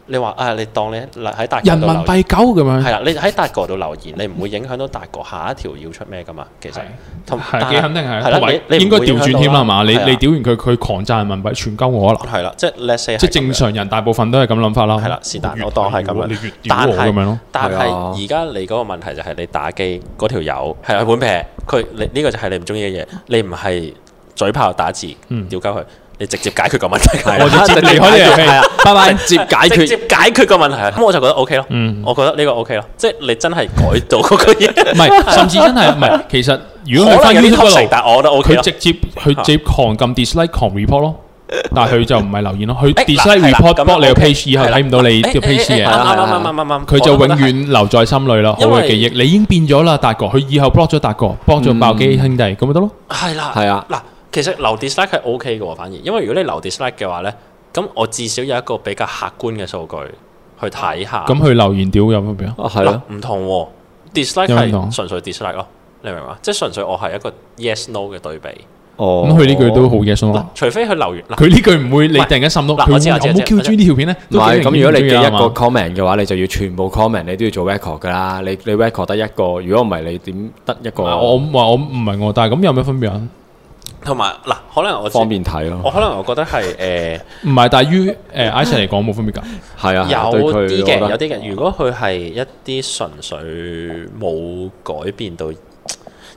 Speaker 2: 你話啊，你當你喺達哥
Speaker 3: 人
Speaker 2: 度
Speaker 3: 民
Speaker 2: 留言
Speaker 3: 幣九咁樣
Speaker 2: 係，啦，你喺達哥度留言，你唔會影響到達哥下一條要出咩噶嘛？其實
Speaker 3: 係
Speaker 2: 同
Speaker 3: 係幾肯定係，
Speaker 2: 係啦
Speaker 3: 同埋
Speaker 2: 你你唔
Speaker 3: 應該
Speaker 2: 會影
Speaker 3: 調
Speaker 2: 響
Speaker 3: 轉
Speaker 2: 到
Speaker 3: 添啦嘛。你
Speaker 2: 係啊
Speaker 3: 你屌完佢，佢狂賺人民幣，全鳩我啦。
Speaker 2: 係啦，即係 let's say
Speaker 3: 即係
Speaker 2: 係
Speaker 3: 正
Speaker 2: 咁樣
Speaker 3: 常人大部分都係咁諗法啦。
Speaker 2: 係啦是但
Speaker 3: 越
Speaker 2: 我當係咁樣
Speaker 3: 你越屌
Speaker 2: 但
Speaker 3: 我咁
Speaker 2: 係
Speaker 3: 樣咯。
Speaker 2: 但係
Speaker 4: 係啊
Speaker 2: 而家你嗰個問題就係你打機嗰條友係有本劈，佢你呢個就係你唔中意嘅嘢，你唔係嘴炮打字
Speaker 3: 嗯
Speaker 2: 屌鳩佢，你直接解決個問題，
Speaker 4: 係
Speaker 3: 我 直接離開呢樣戲，拜拜。
Speaker 4: 啊直接解
Speaker 2: 直接
Speaker 4: 決，
Speaker 2: 解決個問題，咁我就覺得 OK 咯，
Speaker 3: 嗯
Speaker 2: 我覺得呢個 OK 咯，即係你真係改到嗰個嘢，
Speaker 3: 唔係，甚至真係唔係。其實如果佢
Speaker 2: 可
Speaker 3: 翻
Speaker 2: 能有啲
Speaker 3: YouTube 嗰
Speaker 2: 但我覺得
Speaker 3: 度，
Speaker 2: OK
Speaker 3: 佢
Speaker 2: 咯。
Speaker 3: 直接佢直接狂撳 dislike 狂 report 咯。但係佢就唔係留言咯，
Speaker 2: 誒
Speaker 3: 佢
Speaker 2: 嗱
Speaker 3: dislike
Speaker 2: 係啦
Speaker 3: report
Speaker 2: 咁樣
Speaker 3: block 你個
Speaker 2: OK，
Speaker 3: page 以後
Speaker 2: 係啦
Speaker 3: 睇唔到你
Speaker 2: 誒
Speaker 3: 個
Speaker 2: 誒誒啱
Speaker 3: page 嘅
Speaker 2: 哎啱
Speaker 4: 啊。
Speaker 2: 啱啱啱啱，
Speaker 3: 佢就
Speaker 2: 我覺
Speaker 3: 永
Speaker 2: 得係
Speaker 3: 遠留在心裏啦，
Speaker 2: 因
Speaker 3: 我
Speaker 2: 為
Speaker 3: 嘅記憶。你已經變咗啦，達哥。佢以後 block 咗達哥，block 咗爆機兄弟，咁咪得咯。
Speaker 2: 係啦，
Speaker 4: 係啊
Speaker 2: 嗱，其實留 dislike 係 O K 嘅喎，反而，因為如果你留 dislike 嘅話咧，咁我至少有一個比較客觀嘅數據去睇下。
Speaker 3: 咁佢留言屌有乜變啊？
Speaker 4: 啊係咯，
Speaker 2: 嗱唔同喎，dislike
Speaker 3: 有咩唔同
Speaker 2: 係純粹 dislike 咯，你明唔明啊？即係純粹我係一個 yes no 嘅對比，
Speaker 4: 哦
Speaker 3: 咁佢呢句都好嘢，送
Speaker 2: 嗱
Speaker 3: 咯。
Speaker 2: 除非佢留完嗱，
Speaker 3: 佢呢句唔會你
Speaker 2: 唔係
Speaker 3: 突然間滲到，
Speaker 2: 嗱
Speaker 3: 佢
Speaker 2: 我知我知
Speaker 3: 會有
Speaker 2: 我
Speaker 3: 冇
Speaker 2: 知
Speaker 3: Q
Speaker 2: 我知
Speaker 3: G 呢條片咧？
Speaker 4: 唔係咁，如果你記
Speaker 3: 嘅
Speaker 4: 一個 comment 嘅話，你就要全部 comment 你都要做 record 噶啦。你你 record 得一個，如果唔係你點得一個？
Speaker 3: 啊我唔話我唔係我，但係咁有咩分別啊？
Speaker 2: 同埋嗱，可能我
Speaker 4: 方便睇
Speaker 2: 我
Speaker 4: 咯，
Speaker 2: 可能我覺得 係呃誒。
Speaker 3: 唔係，但係於誒 i s a 嚟講冇分別㗎。
Speaker 4: 係
Speaker 2: 有
Speaker 4: 啊，對佢
Speaker 2: 啲嘅，
Speaker 4: 我覺
Speaker 2: 有
Speaker 4: 得
Speaker 2: 啲嘅。如果佢係一啲純粹冇改變到，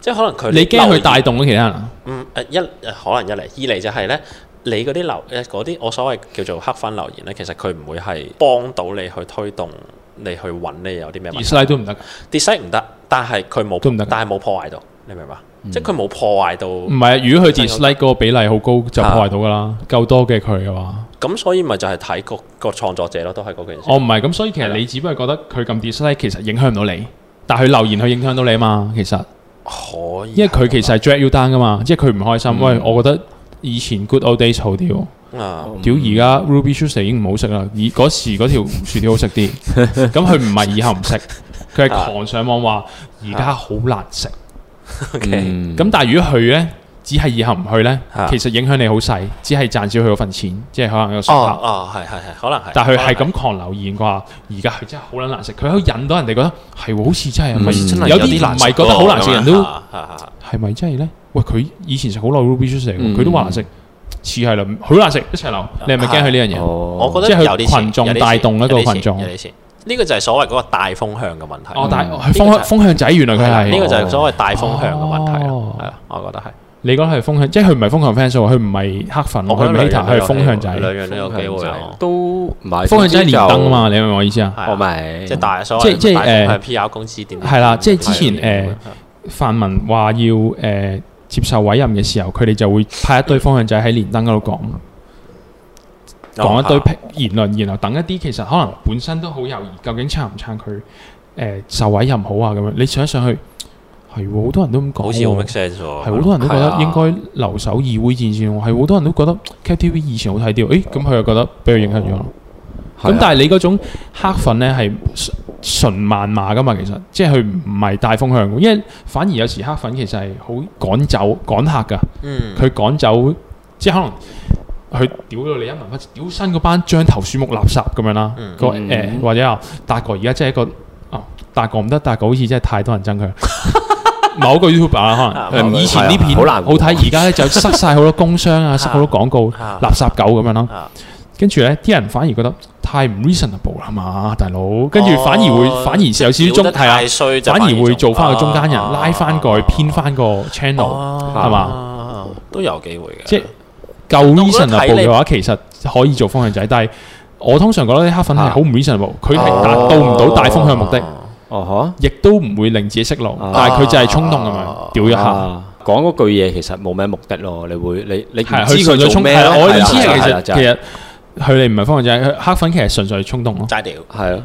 Speaker 2: 即係可能佢
Speaker 3: 你驚
Speaker 2: 留
Speaker 3: 佢
Speaker 2: 言
Speaker 3: 帶動咗其他人啊？
Speaker 2: 嗯誒一誒可能一嚟，二嚟就係咧，你嗰啲留誒呃嗰啲我所謂叫做黑粉留言咧，其實佢唔會係幫到你去推動你去揾你有啲咩
Speaker 3: 而
Speaker 2: 問
Speaker 3: s l 都唔得，
Speaker 2: 題。dislike 唔得，但係佢冇
Speaker 3: 都唔得㗎嗯
Speaker 2: 但係冇破壞到，你明嘛？即係佢冇破壞到，
Speaker 3: 唔係如果佢 dislike 嗰個比例好高，就
Speaker 2: 啊
Speaker 3: 破壞到㗎啦。夠多嘅佢嘅
Speaker 4: 啊
Speaker 3: 話，
Speaker 2: 咁所以咪就係睇個個創作者咯，都係嗰件事。
Speaker 3: 我哦唔係咁，所以其
Speaker 2: 係
Speaker 3: 實
Speaker 2: 啦
Speaker 3: 你只不過覺得佢咁 dislike 其實影響唔到你，但係佢留言佢影響到你啊嘛。其實，
Speaker 2: 可以，
Speaker 3: 哦
Speaker 2: 啊
Speaker 3: 因為佢其實係 drag you down 㗎嘛，即係佢唔開
Speaker 4: 嗯
Speaker 3: 心。喂，我覺得以前 good old days 好啲喎。
Speaker 2: 啊，
Speaker 3: 屌而家 Ruby Tuesday 已經唔好食啦，以嗰時嗰條薯條好食啲，咁佢唔係以後唔食，佢係狂上網話而家好難食。
Speaker 2: OK，
Speaker 4: 嗯
Speaker 3: 咁但係如果佢呢，只係以後唔去呢
Speaker 2: 啊，
Speaker 3: 其實影響你好細，只係賺少佢嗰份錢，即係可能有十
Speaker 2: 哦
Speaker 3: 客。
Speaker 2: 哦，係係係，可能係。
Speaker 3: 但係佢係
Speaker 2: 可能
Speaker 3: 咁狂留言話，而家佢真係好撚難食，佢可以引到人哋覺得係喎，好似真係啊
Speaker 4: 嗯
Speaker 3: 咪
Speaker 4: 真
Speaker 2: 係
Speaker 3: 有啲唔係覺得好難食嘅人都
Speaker 2: 啊啊啊
Speaker 3: 係咪真係呢？喂，佢以前食好耐 Ruby Tuesday，
Speaker 4: 嗯
Speaker 3: 佢都話難食，似係啦，好難食一齊留，你係咪驚佢呢樣嘢？
Speaker 4: 我
Speaker 2: 哦我覺得
Speaker 3: 即係佢
Speaker 2: 有啲似
Speaker 3: 群眾
Speaker 2: 有啲似
Speaker 3: 帶動一個
Speaker 2: 有啲似
Speaker 3: 群眾
Speaker 2: 有啲似呢個就係所謂嗰個大風向嘅問題。
Speaker 3: 哦，但係
Speaker 2: 呢
Speaker 3: 佢風
Speaker 2: 個就係
Speaker 3: 向風向仔，原來佢
Speaker 2: 係啦
Speaker 3: 係
Speaker 2: 呢個就係所謂大風向嘅問題咯
Speaker 3: 哦。
Speaker 2: 係啊，我覺得係。
Speaker 3: 你覺得係風向，即係佢唔係風向 fans 喎，佢唔係黑粉喎，
Speaker 2: 我
Speaker 3: 佢
Speaker 2: 覺
Speaker 3: 唔
Speaker 2: 得
Speaker 3: 係 hater，佢係風向
Speaker 2: 兩
Speaker 3: 仔。
Speaker 2: 樣都有機
Speaker 3: 啊
Speaker 2: 會咯。
Speaker 4: 都唔係
Speaker 3: 風向仔係連登啊
Speaker 4: 嘛，
Speaker 3: 嘛，你明唔明我意思啊？
Speaker 2: 係
Speaker 4: 我
Speaker 2: 啊
Speaker 4: 咪
Speaker 2: 即係大所
Speaker 3: 即係
Speaker 2: 謂
Speaker 3: 即係
Speaker 2: 大風向
Speaker 3: 誒
Speaker 2: P.R. 公司點點
Speaker 3: 係啦
Speaker 2: 點
Speaker 3: 即係
Speaker 2: 點
Speaker 3: 之前
Speaker 2: 點點
Speaker 3: 誒泛民話要誒接受委任嘅時候，佢哋就會派一堆風向仔喺連登嗰度講
Speaker 2: 哦
Speaker 3: 講一堆
Speaker 2: 啊
Speaker 3: 言論，然後等一啲其實可能本身都好猶豫，究竟撐唔撐佢誒受委任好啊咁樣。你上一上去係喎，好多人都咁講喎，
Speaker 2: 好似好 make sense 喎。
Speaker 3: 係好多人都覺
Speaker 4: 係
Speaker 3: 得
Speaker 4: 啊
Speaker 3: 應該留守議會戰線喎，係好多人都覺得 KTV 以前好睇啲喎，誒咁佢又覺得俾佢影響咗
Speaker 4: 哦
Speaker 3: 咯。
Speaker 4: 啊
Speaker 3: 咁但係你嗰種黑粉咧係純純漫罵噶嘛，其實即係佢唔係大風向嘅，因為反而有時黑粉其實係好趕走趕客噶，
Speaker 2: 嗯
Speaker 3: 佢趕走即係可能。佢屌到你一文不值，屌新嗰班獐頭鼠目垃圾咁樣啦，
Speaker 2: 嗯
Speaker 3: 個
Speaker 4: 嗯
Speaker 3: 誒或者啊，達哥而家真係一個啊，達哥唔得，達哥好似真係太多人 憎佢，某個 YouTuber 啦，可
Speaker 4: 某
Speaker 3: 能呃
Speaker 4: 個
Speaker 3: 以前啲片
Speaker 4: 係啊好難
Speaker 3: 好睇，而家咧就塞晒好多工 商啊，塞好多廣告，
Speaker 2: 啊
Speaker 3: 垃圾狗咁樣啦。
Speaker 2: 啊
Speaker 3: 跟住咧，啲人反而覺得太唔 reasonable 啦嘛，大佬。跟住反而會，
Speaker 2: 哦
Speaker 3: 反而有少少中
Speaker 2: 屌得
Speaker 3: 係啊
Speaker 2: 太，衰就
Speaker 3: 反而
Speaker 2: 仲
Speaker 3: 會做翻個中間人，
Speaker 2: 啊
Speaker 3: 拉翻個
Speaker 2: 啊
Speaker 3: 去編翻個 channel，
Speaker 2: 哦
Speaker 3: 係嘛？
Speaker 2: 啊都有機會嘅。
Speaker 3: 即係夠
Speaker 5: 我覺得睇
Speaker 3: reasonable
Speaker 5: 你
Speaker 3: 嘅話，其實可以做方向仔。但係我通常覺得啲黑粉係好唔 reasonable，佢係達到唔到大風向目的，
Speaker 4: 哦
Speaker 3: 亦都唔會令自己息路
Speaker 4: 啊，
Speaker 3: 但係佢就係衝動咁樣屌一
Speaker 4: 嗬，
Speaker 3: 下。
Speaker 4: 啊講嗰句嘢其實冇咩目的咯，你會你你唔
Speaker 3: 係
Speaker 4: 知
Speaker 3: 佢純粹
Speaker 4: 佢做
Speaker 3: 衝，
Speaker 4: 咩
Speaker 3: 係啦
Speaker 4: 咯
Speaker 3: 我意
Speaker 4: 啦
Speaker 3: 思係其
Speaker 4: 啦
Speaker 3: 實
Speaker 4: 就
Speaker 3: 其實佢哋唔係方向仔，佢黑粉其實純粹係衝動咯。
Speaker 2: 齋屌，
Speaker 4: 係咯，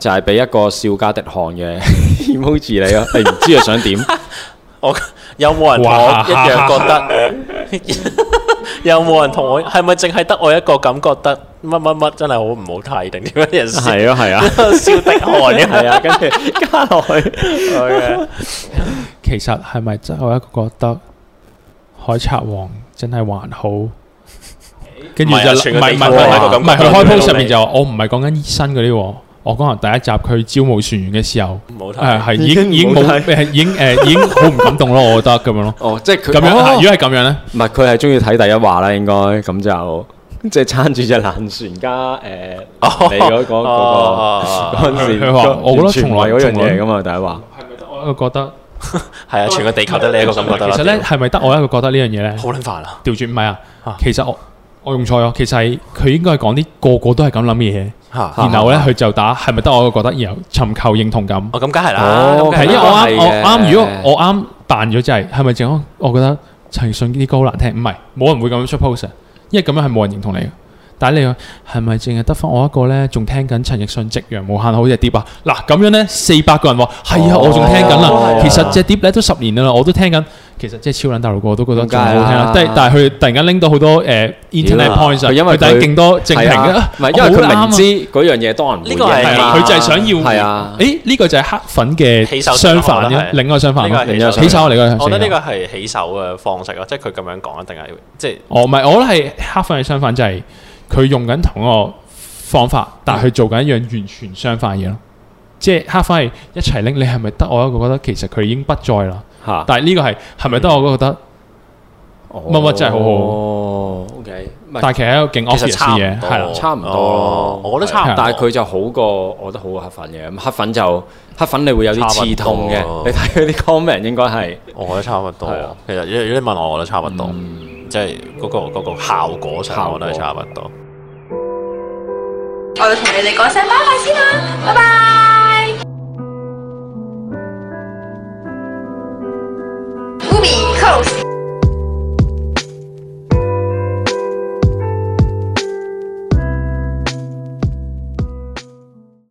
Speaker 4: 就係俾一個笑加滴汗嘅 emoji 你 咯，你唔知佢想點，
Speaker 2: 我有冇人同我
Speaker 3: 哇
Speaker 2: 一樣覺得？有冇人同我？係咪淨係得我一個咁覺得乜乜乜真係好唔好睇定點樣人笑
Speaker 4: 係啊係啊
Speaker 2: 笑滴汗 嘅？
Speaker 4: 係啊，跟住加落去，
Speaker 3: 其實係咪真係有一個覺得海賊王真係還好？ 跟住
Speaker 2: 唔係
Speaker 3: 就
Speaker 2: 啊
Speaker 3: 唔
Speaker 2: 全個
Speaker 3: 係
Speaker 2: 地
Speaker 3: 唔係
Speaker 2: 球
Speaker 3: 唔
Speaker 4: 都係一
Speaker 3: 係
Speaker 4: 個
Speaker 2: 咁
Speaker 3: 唔
Speaker 2: 講
Speaker 3: 係佢開
Speaker 2: 嘅
Speaker 3: 鋪
Speaker 2: 道
Speaker 3: 上
Speaker 2: 理
Speaker 3: 面就話我唔係講緊醫生嗰啲喎，我講緊第一集佢招募船員嘅時候，
Speaker 2: 唔好
Speaker 3: 誒
Speaker 2: 睇，
Speaker 3: 係已經
Speaker 4: 已經
Speaker 3: 已經
Speaker 4: 唔 好
Speaker 3: 冇
Speaker 4: 睇
Speaker 3: 誒已經誒已經好唔感動咯，我覺得咁樣咯。
Speaker 4: 哦，即係佢
Speaker 3: 咁樣
Speaker 4: 哦
Speaker 3: 嗱如果係咁樣咧，
Speaker 4: 唔係佢係中意睇第一話啦，應該咁就即係撐住只爛船加誒你嗰嗰
Speaker 2: 哦
Speaker 4: 嗰個嗰陣時，
Speaker 3: 佢話我覺得
Speaker 4: 完全唔係嗰樣
Speaker 3: 從來
Speaker 4: 嘢噶嘛，第一話
Speaker 3: 係咪得我一個覺得？
Speaker 2: 係啊，全個地球得你一個咁覺得啦。
Speaker 3: 其實咧係咪得我一個覺得呢樣嘢咧
Speaker 2: 屌，？好撚煩啊！
Speaker 3: 調轉唔係啊，其實我我用錯咗，其實係佢應該係講啲個個都係咁諗嘅嘢。
Speaker 2: 嚇
Speaker 3: 然後咧佢就打係咪得我覺得，然後尋求認同感。
Speaker 2: 哦，咁梗係啦，
Speaker 4: 哦
Speaker 2: 咁梗
Speaker 3: 係因為
Speaker 2: 啦
Speaker 3: 我
Speaker 4: 係
Speaker 3: 啱
Speaker 4: 嘅
Speaker 3: 我啱，如果我啱扮咗就係係咪正康？我覺得陳奕迅啲歌好難聽，唔係冇人會咁樣出 post，嘅因為咁樣係冇人認同你嘅。但係你話係咪淨係得翻我一個咧？仲聽緊陳奕迅《夕陽無限好》隻碟啊？嗱咁樣咧，四百個人話係啊，我仲聽緊
Speaker 4: 哦
Speaker 3: 啦。其實隻碟咧都十年啦，我都聽緊。其實即係超撚大路歌，我都覺得仲好聽啦。
Speaker 4: 梗
Speaker 3: 但係
Speaker 4: 係啦
Speaker 3: 但係佢突然間拎到好多誒 internet
Speaker 4: 屌
Speaker 3: points，啊
Speaker 4: 佢因為
Speaker 3: 佢突然
Speaker 4: 佢
Speaker 3: 勁多正評
Speaker 4: 係
Speaker 3: 嘅
Speaker 4: 啊，唔係因為
Speaker 3: 好啱
Speaker 4: 佢
Speaker 3: 啊
Speaker 4: 明知嗰樣嘢多人
Speaker 2: 呢個係
Speaker 3: 係啊，
Speaker 2: 啊
Speaker 3: 佢就係想要
Speaker 4: 係啊
Speaker 3: 誒呢個就係黑粉嘅
Speaker 2: 起手
Speaker 3: 相反
Speaker 2: 我覺得
Speaker 3: 嘅，
Speaker 2: 係
Speaker 3: 另外相反
Speaker 2: 呢個係
Speaker 4: 另一個
Speaker 3: 起手嚟嘅。
Speaker 2: 我覺得呢
Speaker 3: 個
Speaker 2: 個係起手嘅方式咯，即係佢咁樣講，一定係即係
Speaker 3: 哦，唔係，我覺得係黑粉嘅相反，就係佢用緊同一個方法，但係佢做緊一樣完全相反嘅嘢咯。即係黑粉係一齊拎，你係咪得我一個覺得其實佢已經不在啦？
Speaker 4: 嚇，
Speaker 3: 但係呢個係係咪得我一個覺得？乜乜真係好好
Speaker 4: 哦，OK，唔係
Speaker 3: 但係其實係一個勁
Speaker 2: 其實
Speaker 3: obvious
Speaker 2: 差唔
Speaker 3: 嘅嘢，
Speaker 2: 多
Speaker 3: 係啦。
Speaker 4: 差唔多
Speaker 2: 哦
Speaker 4: 咯，
Speaker 2: 我覺得差唔多
Speaker 4: 但係佢就好過，我覺得好過黑粉嘅。咁黑粉就黑粉，你會有啲刺痛嘅
Speaker 2: 差唔多。
Speaker 4: 你睇佢啲 comment 應該係
Speaker 2: 我覺得差不
Speaker 4: 係啊
Speaker 2: 多。其實如果你問我，我覺得差不多，即係嗰個嗰個效果上，我覺得係差不多。
Speaker 6: 我要同你哋講聲拜拜先啦，拜拜。Ruby Coast